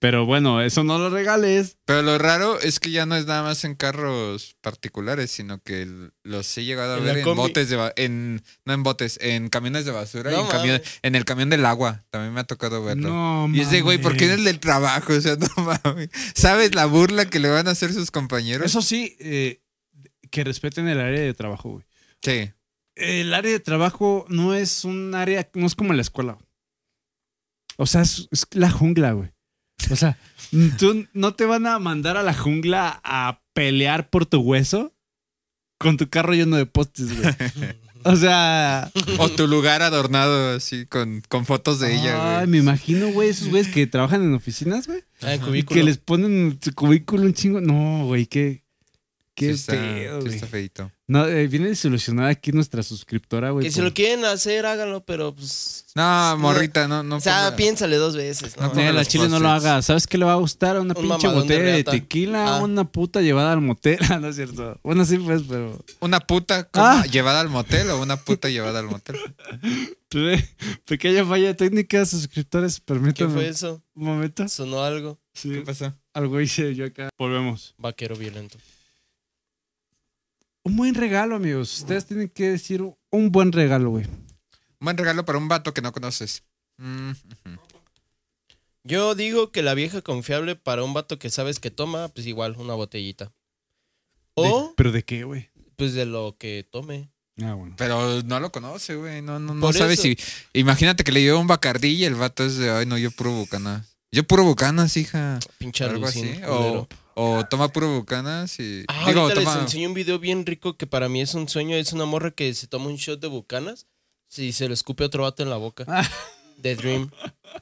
Pero bueno, eso no lo regales.
Pero lo raro es que ya no es nada más en carros particulares, sino que l- los he llegado a
En la
ver en
combi.
botes de ba- en no en botes, en camiones de basura, y
No
en, camión- en el camión del agua. También me ha tocado verlo.
No,
y es de güey, ¿por qué en
mames.
el del trabajo? *laughs* O sea, no mames. ¿Sabes la burla que le van a hacer sus compañeros?
Eso sí, eh, que respeten el área de trabajo, güey.
Sí.
El área de trabajo no es un área, no es como la escuela. güey. O sea, es, es la jungla, güey.
*laughs*
O sea, tú no te van a mandar a la jungla a pelear por tu hueso con tu carro lleno de postes, güey.
*laughs*
O sea,
O tu lugar adornado así con, con fotos de ella,
ay,
güey.
me imagino, güey, esos güeyes que trabajan en oficinas, güey.
Ah, en
Y
cubículo.
que les ponen su cubículo un chingo. No, güey, qué. Qué
Sí está,
pedo,
sí
güey.
está feito.
No, eh, viene desilusionada aquí nuestra suscriptora, güey.
Que si
por-
lo quieren hacer, háganlo, pero pues.
No, morrita, no, no.
O sea,
ponga-
piénsale dos veces, ¿no?
No
Nela,
ponga los
chile no lo
postes.
haga. ¿Sabes qué le va a gustar? Una
Un
pinche
mamadón de
botella de,
riata.
tequila,
Ah.
una puta llevada al motel. *laughs* Ah, no es cierto. Bueno, sí, pues, pero.
Una puta como
Ah.
llevada al motel o una puta llevada al
*laughs*
motel.
Tuve pequeña falla técnica, suscriptores,
¿Qué fue
permítanme
eso?
un momento.
Sonó algo.
¿Qué
Sí,
pasó?
algo hice yo acá. Volvemos.
Vaquero violento.
Un buen regalo, amigos. Ustedes tienen que decir un buen regalo, güey.
Un buen regalo para un vato que no conoces. Mm, ujú.
Yo digo que la vieja confiable para un vato que sabes que toma, pues igual, una botellita. O,
De- ¿Pero de qué, güey?
pues de lo que tome.
Ah, bueno.
Pero no lo conoce, güey. No, no, no
Por
sabe
eso.
si. Imagínate que le lleva un bacardí y el vato es de, ay, no, yo puro bucanas. Yo puro bucanas, hija.
Pinche
Algo
alucin,
así,
culero.
O toma puro bucanas y.
Ah,
digo,
ahorita les
toma.
enseño un video bien rico que para mí es un sueño. Es una morra que se toma un shot de bucanas y se lo escupe a otro vato en la boca.
Ah.
The Dream.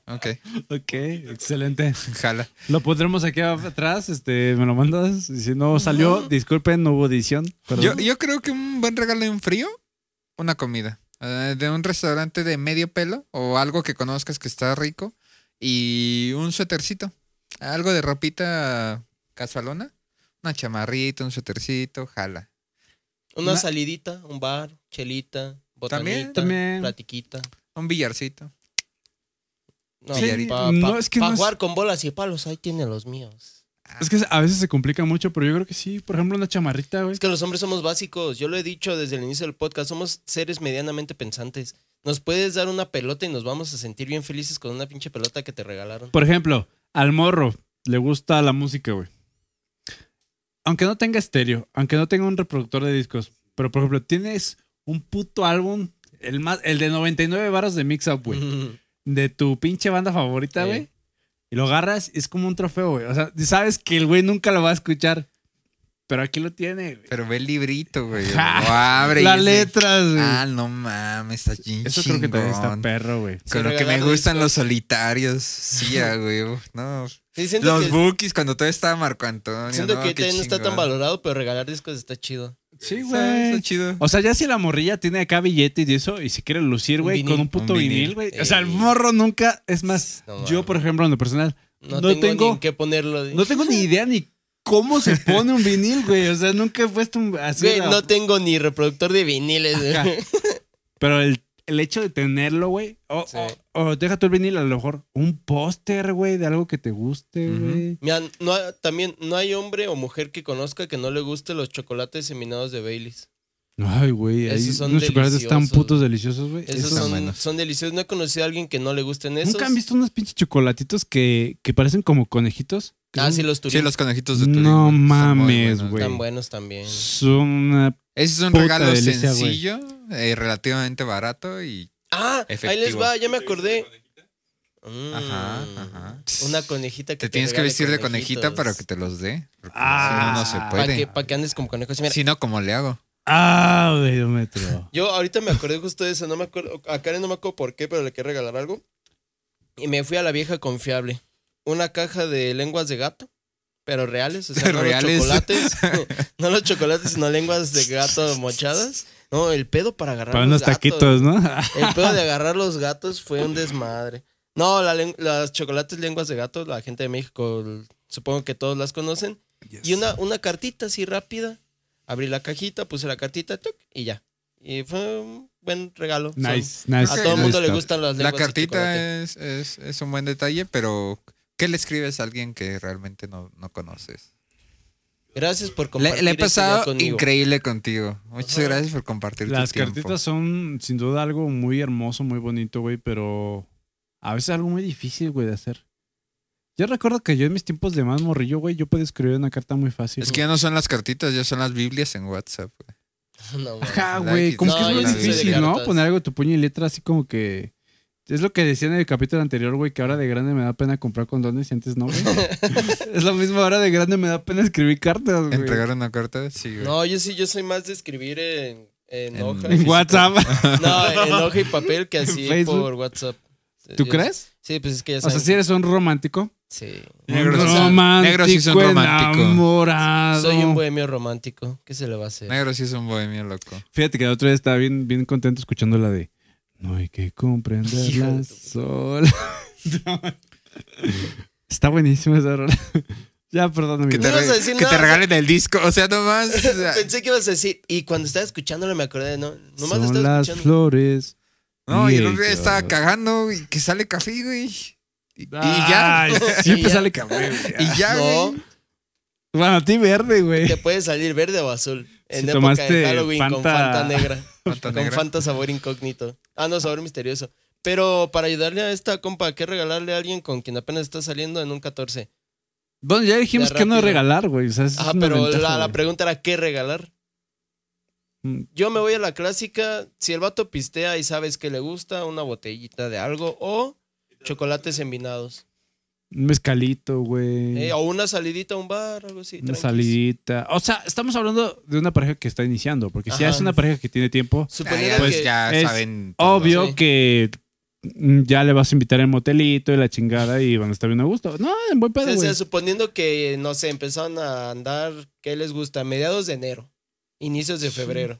Ok, *laughs*
Ok, excelente.
jala.
Lo pondremos aquí atrás, este, me lo mandas. Y Si no salió, disculpen, no hubo edición. perdón.
Yo, yo creo que un buen regalo en frío, una comida. eh, de un restaurante de medio pelo o algo que conozcas que está rico. Y un suétercito. Algo de ropita casualona. Una chamarrita, un suétercito, jala.
Una
Na-
salidita, un bar, chelita, botanita,
También,
también.
platiquita.
Un billarcito.
No,
Sí,
pa-
no,
pa-
es que
pa
no es-
jugar con bolas y palos, ahí tiene los míos.
Es que a veces se complica mucho, pero yo creo que sí. Por ejemplo, una chamarrita, güey.
Es que los hombres somos básicos, yo lo he dicho desde el inicio del podcast, somos seres medianamente pensantes. Nos puedes dar una pelota y nos vamos a sentir bien felices con una pinche pelota que te regalaron.
Por ejemplo, al morro le gusta la música, güey. Aunque no tenga estéreo, aunque no tenga un reproductor de discos, pero por ejemplo, tienes un puto álbum, el, más, el de 99 varos de Mix Up,
*laughs*
güey, de tu pinche banda favorita,
Sí.
güey. Y lo agarras, es como un trofeo, güey. O sea, sabes que el güey nunca lo va a escuchar, pero aquí lo tiene, güey.
Pero ve el librito, güey.
*laughs*
Lo abre. y
Las
es de-
letras, güey.
Ah, no mames, está chingón.
Eso creo que también está perro, güey.
Con lo que me
Regalar
gustan
discos.
los solitarios. Sí, ah, güey. uf, No.
Sí, siento
Los
que-
bookies cuando todo estaba Marco Antonio.
Siento
no,
que
qué
ahorita no está tan
chingón.
valorado, pero regalar discos está chido.
Sí,
Está, está chido.
O sea, ya si la morrilla tiene acá billetes y eso, y se quiere lucir,
Un
güey,
vinil.
con un puto
Un vinil.
vinil, güey. O sea, el
Ey.
morro nunca, es más,
No
yo,
mames.
por ejemplo, en lo personal,
No,
No
tengo,
tengo-
ni en qué ponerlo.
no tengo ni idea ni
*laughs*
cómo se pone un vinil, güey. O sea, nunca he puesto un, así.
Güey,
la-
no tengo ni reproductor de viniles. güey.
Ajá. Pero el, el hecho de tenerlo, güey, o,
Sí.
o- o deja tú el vinil, a lo mejor un póster, güey, de algo que te guste,
Ujú.
güey.
*laughs* Mira, no, ha- también no hay hombre o mujer que conozca que no le guste los chocolates seminados de Baileys.
Ay, güey, ahí
Esos son
unos chocolates están
deliciosos,
putos deliciosos, güey.
Esos
Esos-
están
son,
buenos.
son deliciosos. No he conocido a alguien que no le gusten esos.
¿Nunca han visto unos pinches chocolatitos que, que parecen como conejitos? Que
Ah,
son-
sí, los
Sí,
turistas.
los conejitos de Turín.
No
güey, están muy
mames,
buenos.
güey.
Están buenos también.
Son una
Ese es un
Puta
regalo
delicia, güey.
sencillo, eh, relativamente barato y.
Ah, ahí les
Efectivo.
va, ya me acordé. Mm,
Ajá, ajá.
Una conejita que
Te tienes que
regale
vestir de conejita
conejitos.
para que te los dé. porque
Ah.
si no, no se
Para
puede.
que, para que andes como conejos. Mira,
Si no, ¿cómo le hago?
Ah,
*laughs*
metro.
Yo ahorita me acordé justo de eso, no me acuerdo, a Karen no me acuerdo por qué, pero le quería regalar algo. Y me fui a la vieja confiable. Una caja de lenguas de gato, pero reales, o
*laughs*
sea, no
Reales.
los chocolates. no los chocolates, sino lenguas de gato mochadas. No, el pedo para agarrar
Para
los
unos
gatos.
taquitos, ¿no?
El pedo de agarrar los gatos fue un desmadre. No, la len- las chocolates lenguas de gato, la gente de México, l- supongo que todos las conocen. Y una, una cartita así rápida. Abrí la cajita, puse la cartita tuc, y ya. Y fue un buen regalo. Son-
*laughs* Nice, nice.
a
Ok,
todo el mundo le
Listo.
gustan las
La
lenguas de chocolate.
cartita eh, es, es- es un buen detalle, pero ¿qué le escribes a alguien que realmente no, no conoces?
Gracias por
Le,
compartir
le he
este día
pasado
conmigo.
increíble contigo. Muchas gracias por compartir
Las
tu tiempo.
cartitas son sin duda algo muy hermoso, muy bonito, güey, pero a veces algo muy difícil, güey, de hacer. Yo recuerdo que yo en mis tiempos de más morrillo, güey, yo podía escribir una carta muy fácil.
Es que ya no son las cartitas, ya son las Biblias en WhatsApp. güey.
*laughs* No, mames.
Ajá, güey, como que es
No, yo
muy
no soy de
difícil, ¿no?
cartas.
Poner algo de tu puño y letra así como que... Es lo que decía en el capítulo anterior, güey, que ahora de grande me da pena comprar condones y antes no, güey. es lo mismo, ahora de grande me da pena escribir cartas, güey.
¿Entregar una carta? Sí, güey.
No, yo sí, yo soy más de escribir en, en
En-
hoja.
En *laughs* WhatsApp.
*laughs* No, en hoja y papel que así
Facebook.
por WhatsApp.
¿Tú
Yo-
crees?
Sí, pues es que ya
O sea,
saben.
si eres un romántico.
Sí.
Negro
un
sí son- negro sí son romántico.
enamorado.
Soy un bohemio romántico. ¿Qué se le va a hacer?
Negro sí es un bohemio loco.
Fíjate que el otro día estaba bien, bien contento escuchando la de No hay que
Hijo de
comprenderla
tu-
sola. *laughs* Está buenísimo esa rola. *laughs* ya, perdón,
Que
amigo.
te,
ibas
re-
a decir
que te
nada.
regalen el disco. O sea, nomás. *laughs* o sea,
*laughs* Pensé que ibas a decir. Y cuando estaba escuchándolo me acordé, ¿no? Nomás lo
Son
estaba
las
escuchando.
flores.
no, y el otro día
negras.
estaba cagando y que sale café, güey. Y, y
*laughs*
Ay, siempre
Y ya.
sale café, güey.
ya. Y ya,
No,
güey.
Bueno, a ti verde, güey.
te puede salir verde o azul. En
Si
época
tomaste
de Halloween con
*laughs* Fanta-
Fanta negra.
Fanta
con
negra.
Fanta sabor incógnito. Ah, no, sabor misterioso. Pero para ayudarle a esta compa, ¿qué regalarle a alguien con quien apenas está saliendo en un 14?
Bueno, ya dijimos
Ya
que no
rápido.
regalar, güey. O sea, eso es
Ah,
una
pero
ventaja,
la, la
güey.
pregunta era ¿qué regalar?
Mm.
Yo me voy a la clásica, si el vato pistea y sabes que le gusta, una botellita de algo o chocolates envinados.
Un mezcalito, güey.
Eh, o una salidita a un bar, algo así.
Una
tranquis.
salidita. O sea, estamos hablando de una pareja que está iniciando, porque si
Ajá.
es una pareja que tiene tiempo,
Ah,
Suponiendo
ya,
que
pues ya
es
saben. todo.
obvio
Sí.
que mm, ya le vas a invitar al motelito y la chingada y van a estar bien a gusto. No, en buen
O
pedo,
sea, o sea,
güey.
suponiendo que, no sé, empezaron a andar, ¿qué les gusta? Mediados de enero, inicios de febrero.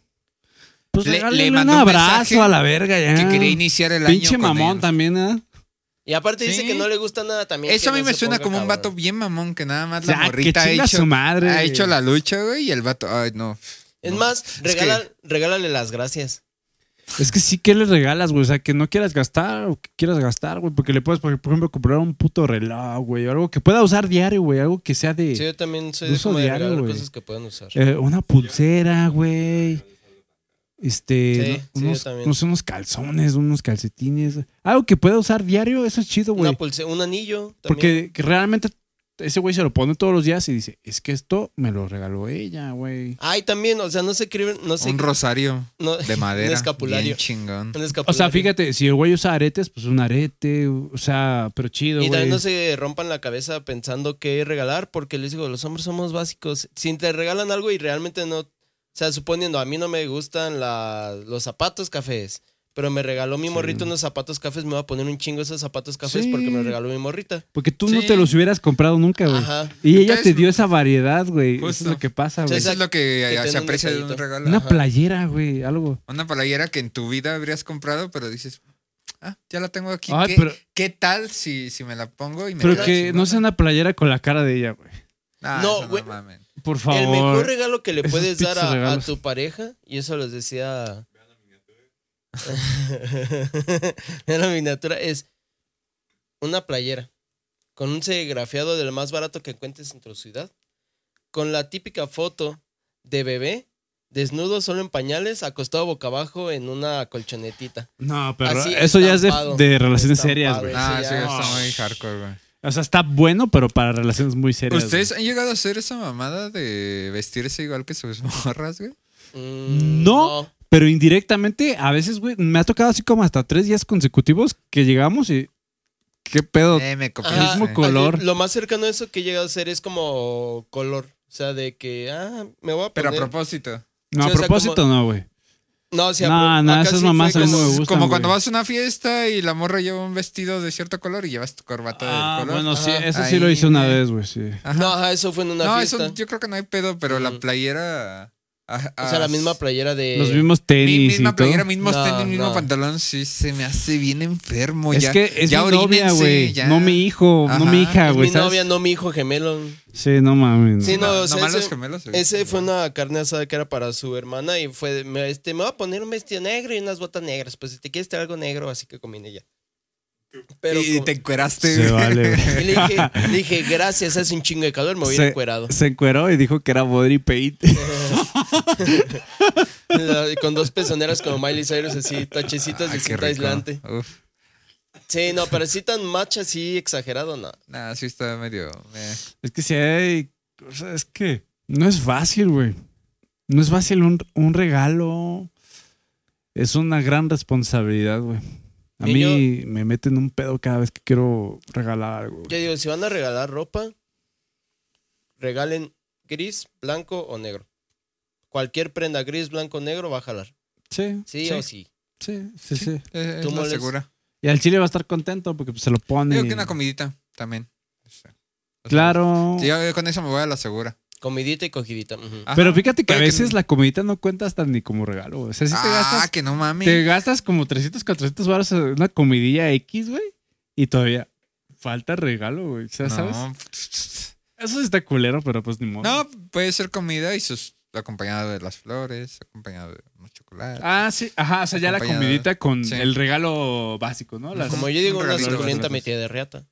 Pues
le- le
regálale un
mandó un mensaje
abrazo a la verga ya.
Que quería iniciar el año.
Pinche
con
mamón
él.
también, ¿eh?
Y aparte dice
Sí.
que no le gusta nada también. que
Eso a mí
no
me
se
suena
ponga
como un
cabrón.
vato bien mamón que nada más la
Ya, que
morrita ha
chinga
hecho,
su madre.
ha hecho la lucha, güey, y el vato, ay, no.
Es
No.
más, regala- regálale las gracias.
Es que sí, ¿qué le regalas, güey? O sea, que no quieras gastar o que quieras gastar, güey. Porque le puedes, por por ejemplo, comprar un puto reloj, güey. o Algo que pueda usar diario, güey. Algo que sea de...
Sí, yo también soy
de
de
uso
como de
diario,
regalar
güey.
cosas que puedan usar.
Eh, una pulsera, güey. Este,
Sí,
no-
sí,
unos,
yo también.
no sé, unos calzones, unos calcetines. Algo que pueda usar diario, eso es chido,
Una
güey.
pulse- un anillo pues, también.
Porque realmente ese güey se lo pone todos los días y dice, es que esto me lo regaló ella, güey.
Ay, también, o sea, no se escriben, no se
Un rosario
*laughs* no-
de madera.
Un escapulario.
Bien chingón.
un
O sea,
escapulario.
fíjate, si el güey usa aretes, pues un arete, o sea, pero chido,
Y
güey.
también no se rompan la cabeza pensando qué regalar, porque les digo, los hombres somos básicos. Si te regalan algo y realmente no. O sea, suponiendo, a mí no me gustan la- los zapatos cafés, pero me regaló mi morrito unos zapatos cafés, me voy a poner un chingo esos zapatos cafés
Sí.
porque me los regaló mi morrita.
Porque tú no
Sí.
te los hubieras comprado nunca, güey.
Ajá.
Y ella
Entonces-
te dio esa variedad, güey. Eso es
Justo.
lo que pasa, güey.
Eso es lo que, eh,
tenga
se
un
aprecia de un
detallito.
regalo.
Una
Ajá.
playera, güey, algo.
Una playera que en tu vida habrías comprado, pero dices, ah, ya la tengo aquí.
Ay,
¿Qué,
pero-
qué tal si, si me la pongo y me
Pero
queda
que no
chingona?
sea una playera con la cara de ella, güey.
Ah,
No,
eso
güey.
mamen.
Por favor.
El mejor regalo que le
Esos
puedes dar
pinches
a, a
regalos.
tu pareja, y eso los decía. *laughs* Vean la miniatura es una playera con un serigrafiado del más barato que encuentres en tu ciudad, con la típica foto de bebé desnudo solo en pañales, acostado boca abajo en una colchonetita.
No, pero
Así,
eso ya es de,
estampado.
de relaciones
Estampado.
serias, güey.
Ah,
ya-
sí, está muy hardcore, güey.
O sea, está bueno, pero para relaciones muy serias.
¿Ustedes han llegado a hacer esa mamada de vestirse igual que sus *laughs* morras, güey?
Mm,
No. güey. Pero indirectamente, a veces, güey, me ha tocado así como hasta tres días consecutivos que llegamos y. ¿Qué pedo?
Eh, me copié.
Ajá,
mismo
sí.
co- color.
alguien- Lo más cercano a eso que he llegado a ser es como color. O sea, de que, ah, me voy a
Pero
poner...
a propósito.
no,
sí,
a
o sea,
propósito, no, güey.
No, o sea,
No,
pero
no,
acá
esas
sí
mamás
fue
a mí no
como-
me gustan.
Como cuando
güey.
vas a una fiesta y la morra lleva un vestido de cierto color y llevas tu corbata
Ah,
del color.
bueno, sí,
Ajá.
eso sí
Ahí,
lo hice una
güey.
vez, güey, sí.
Ajá.
No, ajá, eso fue en una
No,
fiesta.
eso yo creo que no hay pedo, pero la
Ujú.
playera. ah, a-
o sea,
a-
la misma playera de.
Los mismos
mi-
tenis
misma
y todo.
playera, mismos
No,
tenis, mismo
no.
pantalón, sí se me hace bien enfermo.
Es
ya,
que es
ya
mi novia,
orínense,
güey.
ya.
No mi hijo, no
Ajá.
mi hija,
Es
güey.
mi
¿sabes?
novia, no mi hijo gemelo.
Sí, no mames.
Sí,
no.
No,
o
no
sea,
más
ese-
los gemelos. güey.
Ese fue una carne asada que era para su hermana y fue, de, me, este, me voy a poner un vestido negro y unas botas negras. Pues si te quieres traer algo negro, así que combine ya. Pero
y
como-
te encueraste.
Se
*laughs* güey.
*laughs*
vale, güey.
y le dije, le dije, gracias, hace un chingo de calor, me voy a ir
Se-
encuerado.
Se encueró y dijo que era body paint.
La- Con dos pezoneras como Miley Cyrus, así, tachecitas
Ah,
de
qué
cinta
rico.
aislante.
Uf,
Sí, no, pero así tan macha, así exagerado, no.
nada, sí está medio. eh.
Es que si hay. O sea, es que. No es fácil, güey. No es fácil un, un regalo. Es una gran responsabilidad, güey. A
Y
mí me meten un pedo cada vez que quiero regalar algo. güey.
Yo digo, si van a regalar ropa, regalen gris, blanco o negro. Cualquier prenda gris, blanco o negro va a jalar.
Sí,
Sí,
sí,
o sí.
sí, sí, sí.
Eh,
¿Tú
es la
moles?
segura.
Y al chile va a estar contento porque pues, se lo pone.
Digo que una comidita también. Este, O sea,
Claro.
sí, yo con eso me voy a la segura.
Comidita y cogidita. ujú.
Ajá.
Pero fíjate que a
Puede que
veces
no.
la comidita no cuenta hasta ni como regalo. güey. O sea, si te gastas
Ah, que no mames.
Te gastas como 300, 400 baros en una comidilla X, güey. Y todavía falta regalo, güey. O sea,
no.
¿sabes? Eso sí está culero, pero pues ni modo.
No, puede ser comida y sus acompañado de las flores, acompañado de unos chocolates.
Ah, sí. Ajá, o sea, ya la
Acompañada.
comidita con
Sí.
el regalo básico, ¿no? Las-
Como yo digo,
Un
una
regalito,
suculenta
regalito.
metida de reata.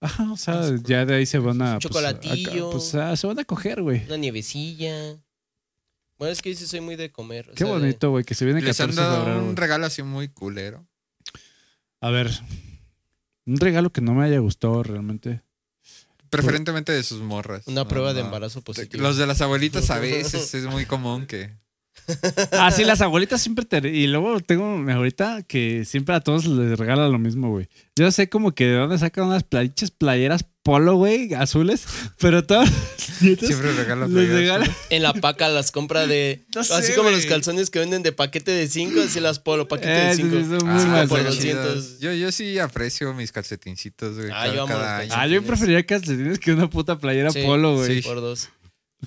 Ajá, o sea, ya de ahí se van a... pues,
Chocolatillo.
acá, Pues, ah, se van a coger, güey.
Una nievecilla. Bueno, es que yo sí soy muy de comer. o
Qué
sea, de-
bonito, güey, que se viene el
Les
14
han
de
dado
febrero.
un
güey.
regalo así muy culero.
A ver, un regalo que no me haya gustado realmente.
Preferentemente de sus morras.
Una
No,
prueba de
no.
embarazo
De-
positivo.
Ah, Los de las abuelitas
*laughs*
a veces es muy común que.
Ah, sí, las abuelitas siempre te... Y luego tengo mi abuelita que siempre a todos les regala lo mismo, güey. Yo sé como que de dónde sacan unas pla- pinches playeras polo, güey, azules, *laughs* pero todos los nietos
Siempre regala
les
playeras,
regalan.
En la paca las compra de.
No
así
sé,
como
güey.
los calzones que venden de paquete de 5, así las polo, paquete
Eh,
de
sí,
5.
sí, son
Ah,
muy
sí,
mal,
por
está
güey.
chido.
200.
Yo, yo sí aprecio mis calcetincitos, güey.
Ah,
cada-
yo amo los
cada año.
Ah, yo preferiría calcetines que una puta playera
Sí,
polo,
sí.
güey.
Por
*laughs*
dos.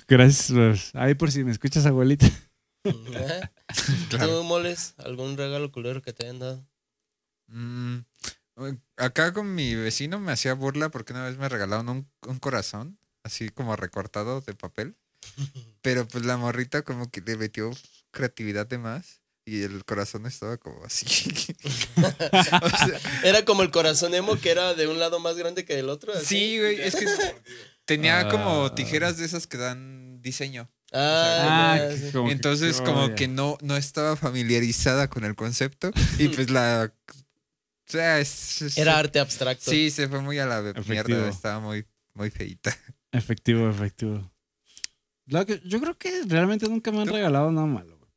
Gracias, güey. Ahí por si me escuchas, abuelita.
Ajá.
Claro.
¿Tú moles algún regalo culero que te hayan dado?
Mm, acá con mi vecino me hacía burla porque una vez me regalaron un, un corazón, así como recortado de
*laughs*
papel. Pero pues la morrita como que le metió creatividad de más y el corazón estaba como así. *laughs* O sea,
Era como el corazón emo que era de un lado más grande que del otro. así.
sí, güey, es que tenía como
Ah.
tijeras de esas que dan diseño.
Ah,
Ah,
ya, sí.
como que-
Entonces,
oh,
como
ya.
que no, no estaba familiarizada con el concepto. Y pues la. O sea, es- es-
Era arte abstracto.
Sí, se fue muy a la
Efectivo.
mierda. Estaba muy, muy feita.
Efectivo, efectivo. Lo que- yo creo que realmente nunca me han
¿Tú?
regalado nada malo, güey.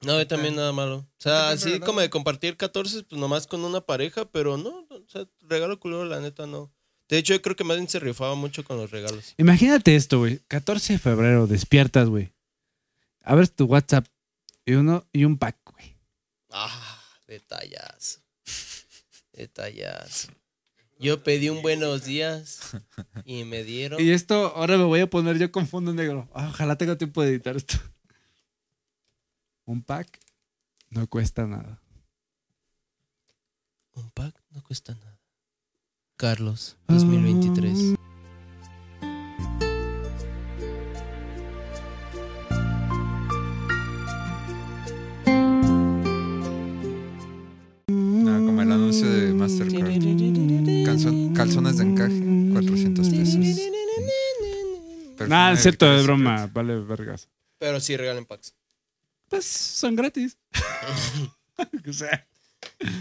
No, Ah. yo también nada malo. O
¿Qué
sea,
te
así
regalaron?
como de compartir 14, pues nomás con una pareja, pero no, o sea, regalo culero, la neta, no. De hecho, yo creo que más bien se rifaba mucho con los regalos.
Imagínate esto, güey. 14 de febrero, despiertas, güey. Abres tu WhatsApp y uno y un pack, güey.
Ah, detallazo. *laughs* Detallazo. Yo pedí un buenos días y me dieron.
Y esto ahora me voy a poner yo con fondo negro. Ah, Ojalá tenga tiempo de editar esto. Un pack no cuesta nada.
Un pack no cuesta nada. Carlos, 2023.
No, Ah, como el anuncio de Mastercard. Calzon- calzones de encaje, 400 pesos.
Nada, es cierto,
Perfume
es
de
broma. Vale, vergas.
Pero sí regalen packs.
Pues son gratis. *laughs* o sea,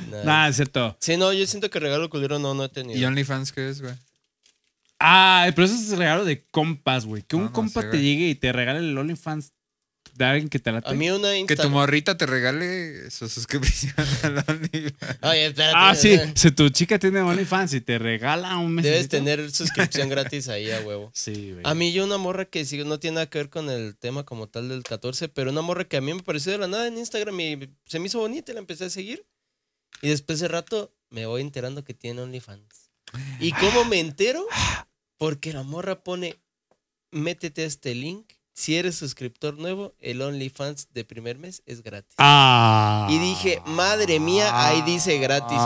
Nada.
nada, es cierto.
Sí, no, yo siento que regalo culero no, no he tenido.
¿Y OnlyFans qué es, güey?
Ah, pero eso es regalo de compas, güey. Que
No,
un
no
compa
sé,
te
güey.
llegue y te regale el OnlyFans de alguien que te la
A mí una
Que
Insta.
tu morrita te regale su suscripción al OnlyFans.
Oye, espérate.
Ah, sí. *laughs*
eh,
Si tu chica tiene OnlyFans y te regala un mes.
Debes tener
*laughs*
suscripción gratis ahí a huevo.
Sí, güey.
A mí yo una morra que sí, no tiene nada que ver con el tema como tal del 14, pero una morra que a mí me pareció de la nada en Instagram y se me hizo bonita y la empecé a seguir. Y después de rato me voy enterando que tiene OnlyFans. ¿Y cómo me entero? Porque la morra pone, métete a este link. Si eres suscriptor nuevo, el OnlyFans de primer mes es gratis.
Ah.
Y dije, madre mía, ahí dice gratis.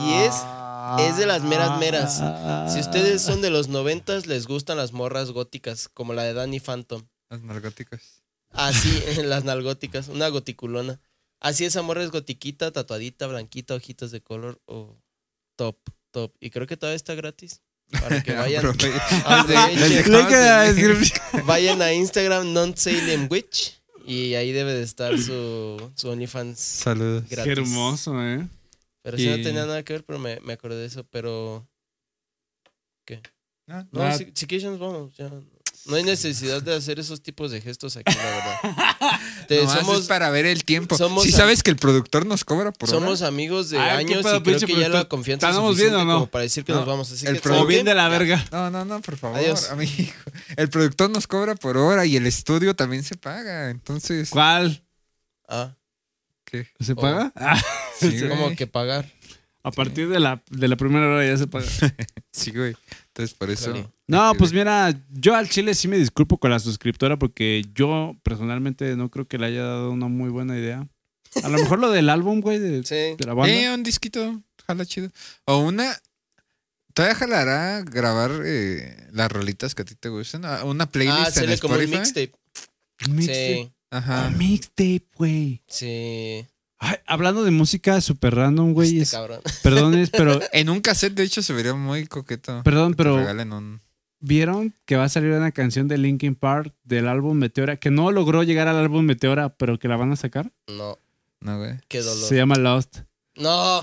Y es- es de las meras meras. Si ustedes
*laughs*
son de los noventas, les gustan las morras góticas, como la de Danny Phantom.
Las narcóticas.
*laughs*
Así, las nalgóticas, una goticulona. Así esa morra es gotiquita, tatuadita, blanquita, ojitos de color. o top, top. Y creo que todavía está gratis. Para
*laughs* Ah,
que vayan,
*laughs*
Ah,
Aprovechen.
Creo que la
*laughs*
descripción-
vayan a Instagram, non Salem Witch. Y ahí debe de estar su, su OnlyFans
Saludos.
Qué
gratis.
hermoso, ¿eh?
Pero sí, no
Y-
tenía nada que ver, pero me, me acordé de eso. Pero
Ah,
No,
Nada.
si, si quieres ya nos vamos. ya. No hay necesidad de hacer esos tipos de gestos aquí, la verdad.
*laughs*
Te-
nomás es
Eh, somos
para ver el tiempo.
somos
Si
a-
sabes que el productor nos cobra por hora?
somos amigos de
Ay, qué
años
pedo,
y creo
pinche
que ya la
productor.
confianza es
¿Estamos bien
suficiente
o no? Ah,
como para decir que
No,
nos vamos. Así
el
que,
pro-
O
¿saben
bien
qué?
de la verga.
No, no, no, por favor,
Adiós.
amigo. El productor nos cobra por hora y el estudio también se paga. Entonces,
¿Cuál?
Ah,
¿qué?
¿Se
Oh.
paga? Ah,
Sí, güey.
como que pagar.
a partir de la, de la primera hora ya
*laughs*
se paga.
Sí, güey. Entonces, por eso.
Claro.
No,
Sí,
pues
güey.
mira, yo al chile sí me disculpo con la suscriptora porque yo personalmente no creo que le haya dado una muy buena idea. A lo mejor lo del álbum, güey, de,
Sí. Ah,
de la banda.
Eh, un disquito, jala chido. O una. Todavía jalará grabar eh, las rolitas que a ti te gustan. Ah, Una
Ah,
playlist en
hacerle como un
Spotify.
mixtape.
Mixtape.
Sí,
Ah,
Ajá.
Mixtape, güey.
sí.
Ay, Hablando de música super random, güey.
Este
es-
cabrón.
*laughs* perdón,
*laughs*
es- pero,
En un cassette, de hecho, se vería muy coqueto.
perdón,
Pero.
pero
Regalen un.
vieron que va a salir una canción de Linkin Park del álbum Meteora, que no logró llegar al álbum Meteora, pero que la van a sacar.
No,
No, güey.
qué dolor.
Se llama Lost.
No.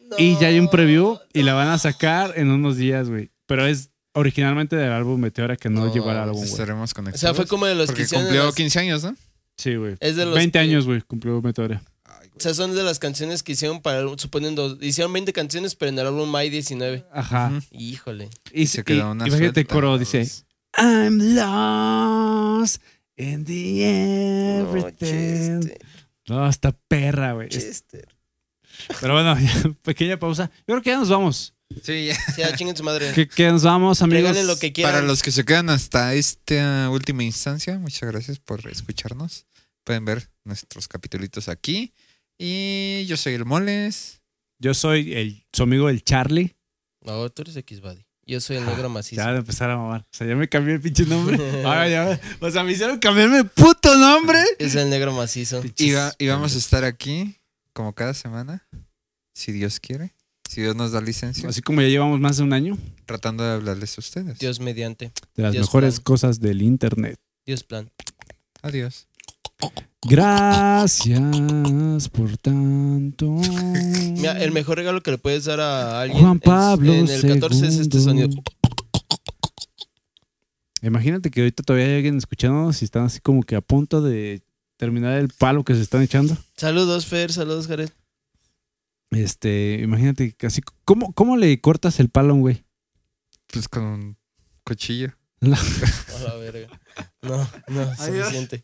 No.
Y ya hay un preview y la van a sacar en unos días, güey. Pero es originalmente del álbum Meteora que no,
No,
llevó al álbum, güey.
Estaremos
O
conectados.
Pues
sea, fue como de los que
Porque
hicieron en
cumplió
las-
15 años, ¿no?
Sí, güey.
Es de los
20
que-
años, güey, cumplió Meteora.
O sea, son de las canciones que hicieron para. el- Suponiendo, hicieron 20 canciones, pero en el álbum hay 19.
Ajá.
Ujú.
Híjole.
Y,
Se
se
quedó una
Imagínate, el
suelta.
coro dice: I'm lost in the
No,
everything.
Chester,
No, hasta perra, güey.
Chester.
Pero bueno, *laughs* ya, pequeña pausa. Yo creo que ya nos vamos.
Sí, ya.
Sí, ya chinguen su
*laughs*
madre.
Que, que nos vamos, amigos.
Regalen lo que quieran.
Para los que se quedan hasta esta última instancia, muchas gracias por escucharnos. Pueden ver nuestros capitulitos aquí. Y yo soy el Moles.
Yo soy el, su amigo el Charlie.
No, tú eres X-Buddy. Yo soy el negro macizo.
Ah, Ya van a empezar a mamar. O sea, ya me cambié el
*laughs*
pinche nombre. Ahora ya. O sea, me hicieron cambiarme el puto nombre.
Es el negro macizo.
Y, va- y vamos a estar aquí como cada semana, si Dios quiere, si Dios nos da licencia,
Así como ya llevamos más de un año.
tratando de hablarles a ustedes.
Dios mediante.
De las
Dios
mejores
plan.
cosas del internet.
Dios plan.
Adiós.
Gracias por tanto.
*laughs* Mira, el mejor regalo que le puedes dar a alguien
Juan
es-
Pablo
en el 14 es este sonido.
II. Imagínate que ahorita todavía hay alguien escuchándonos y están así como que a punto de terminar el palo que se están echando.
Saludos, Fer. Saludos, Jared.
Este, imagínate que así, ¿cómo, cómo le cortas el palo a un güey?
Pues con un cuchillo.
A la verga. No, no, suficiente.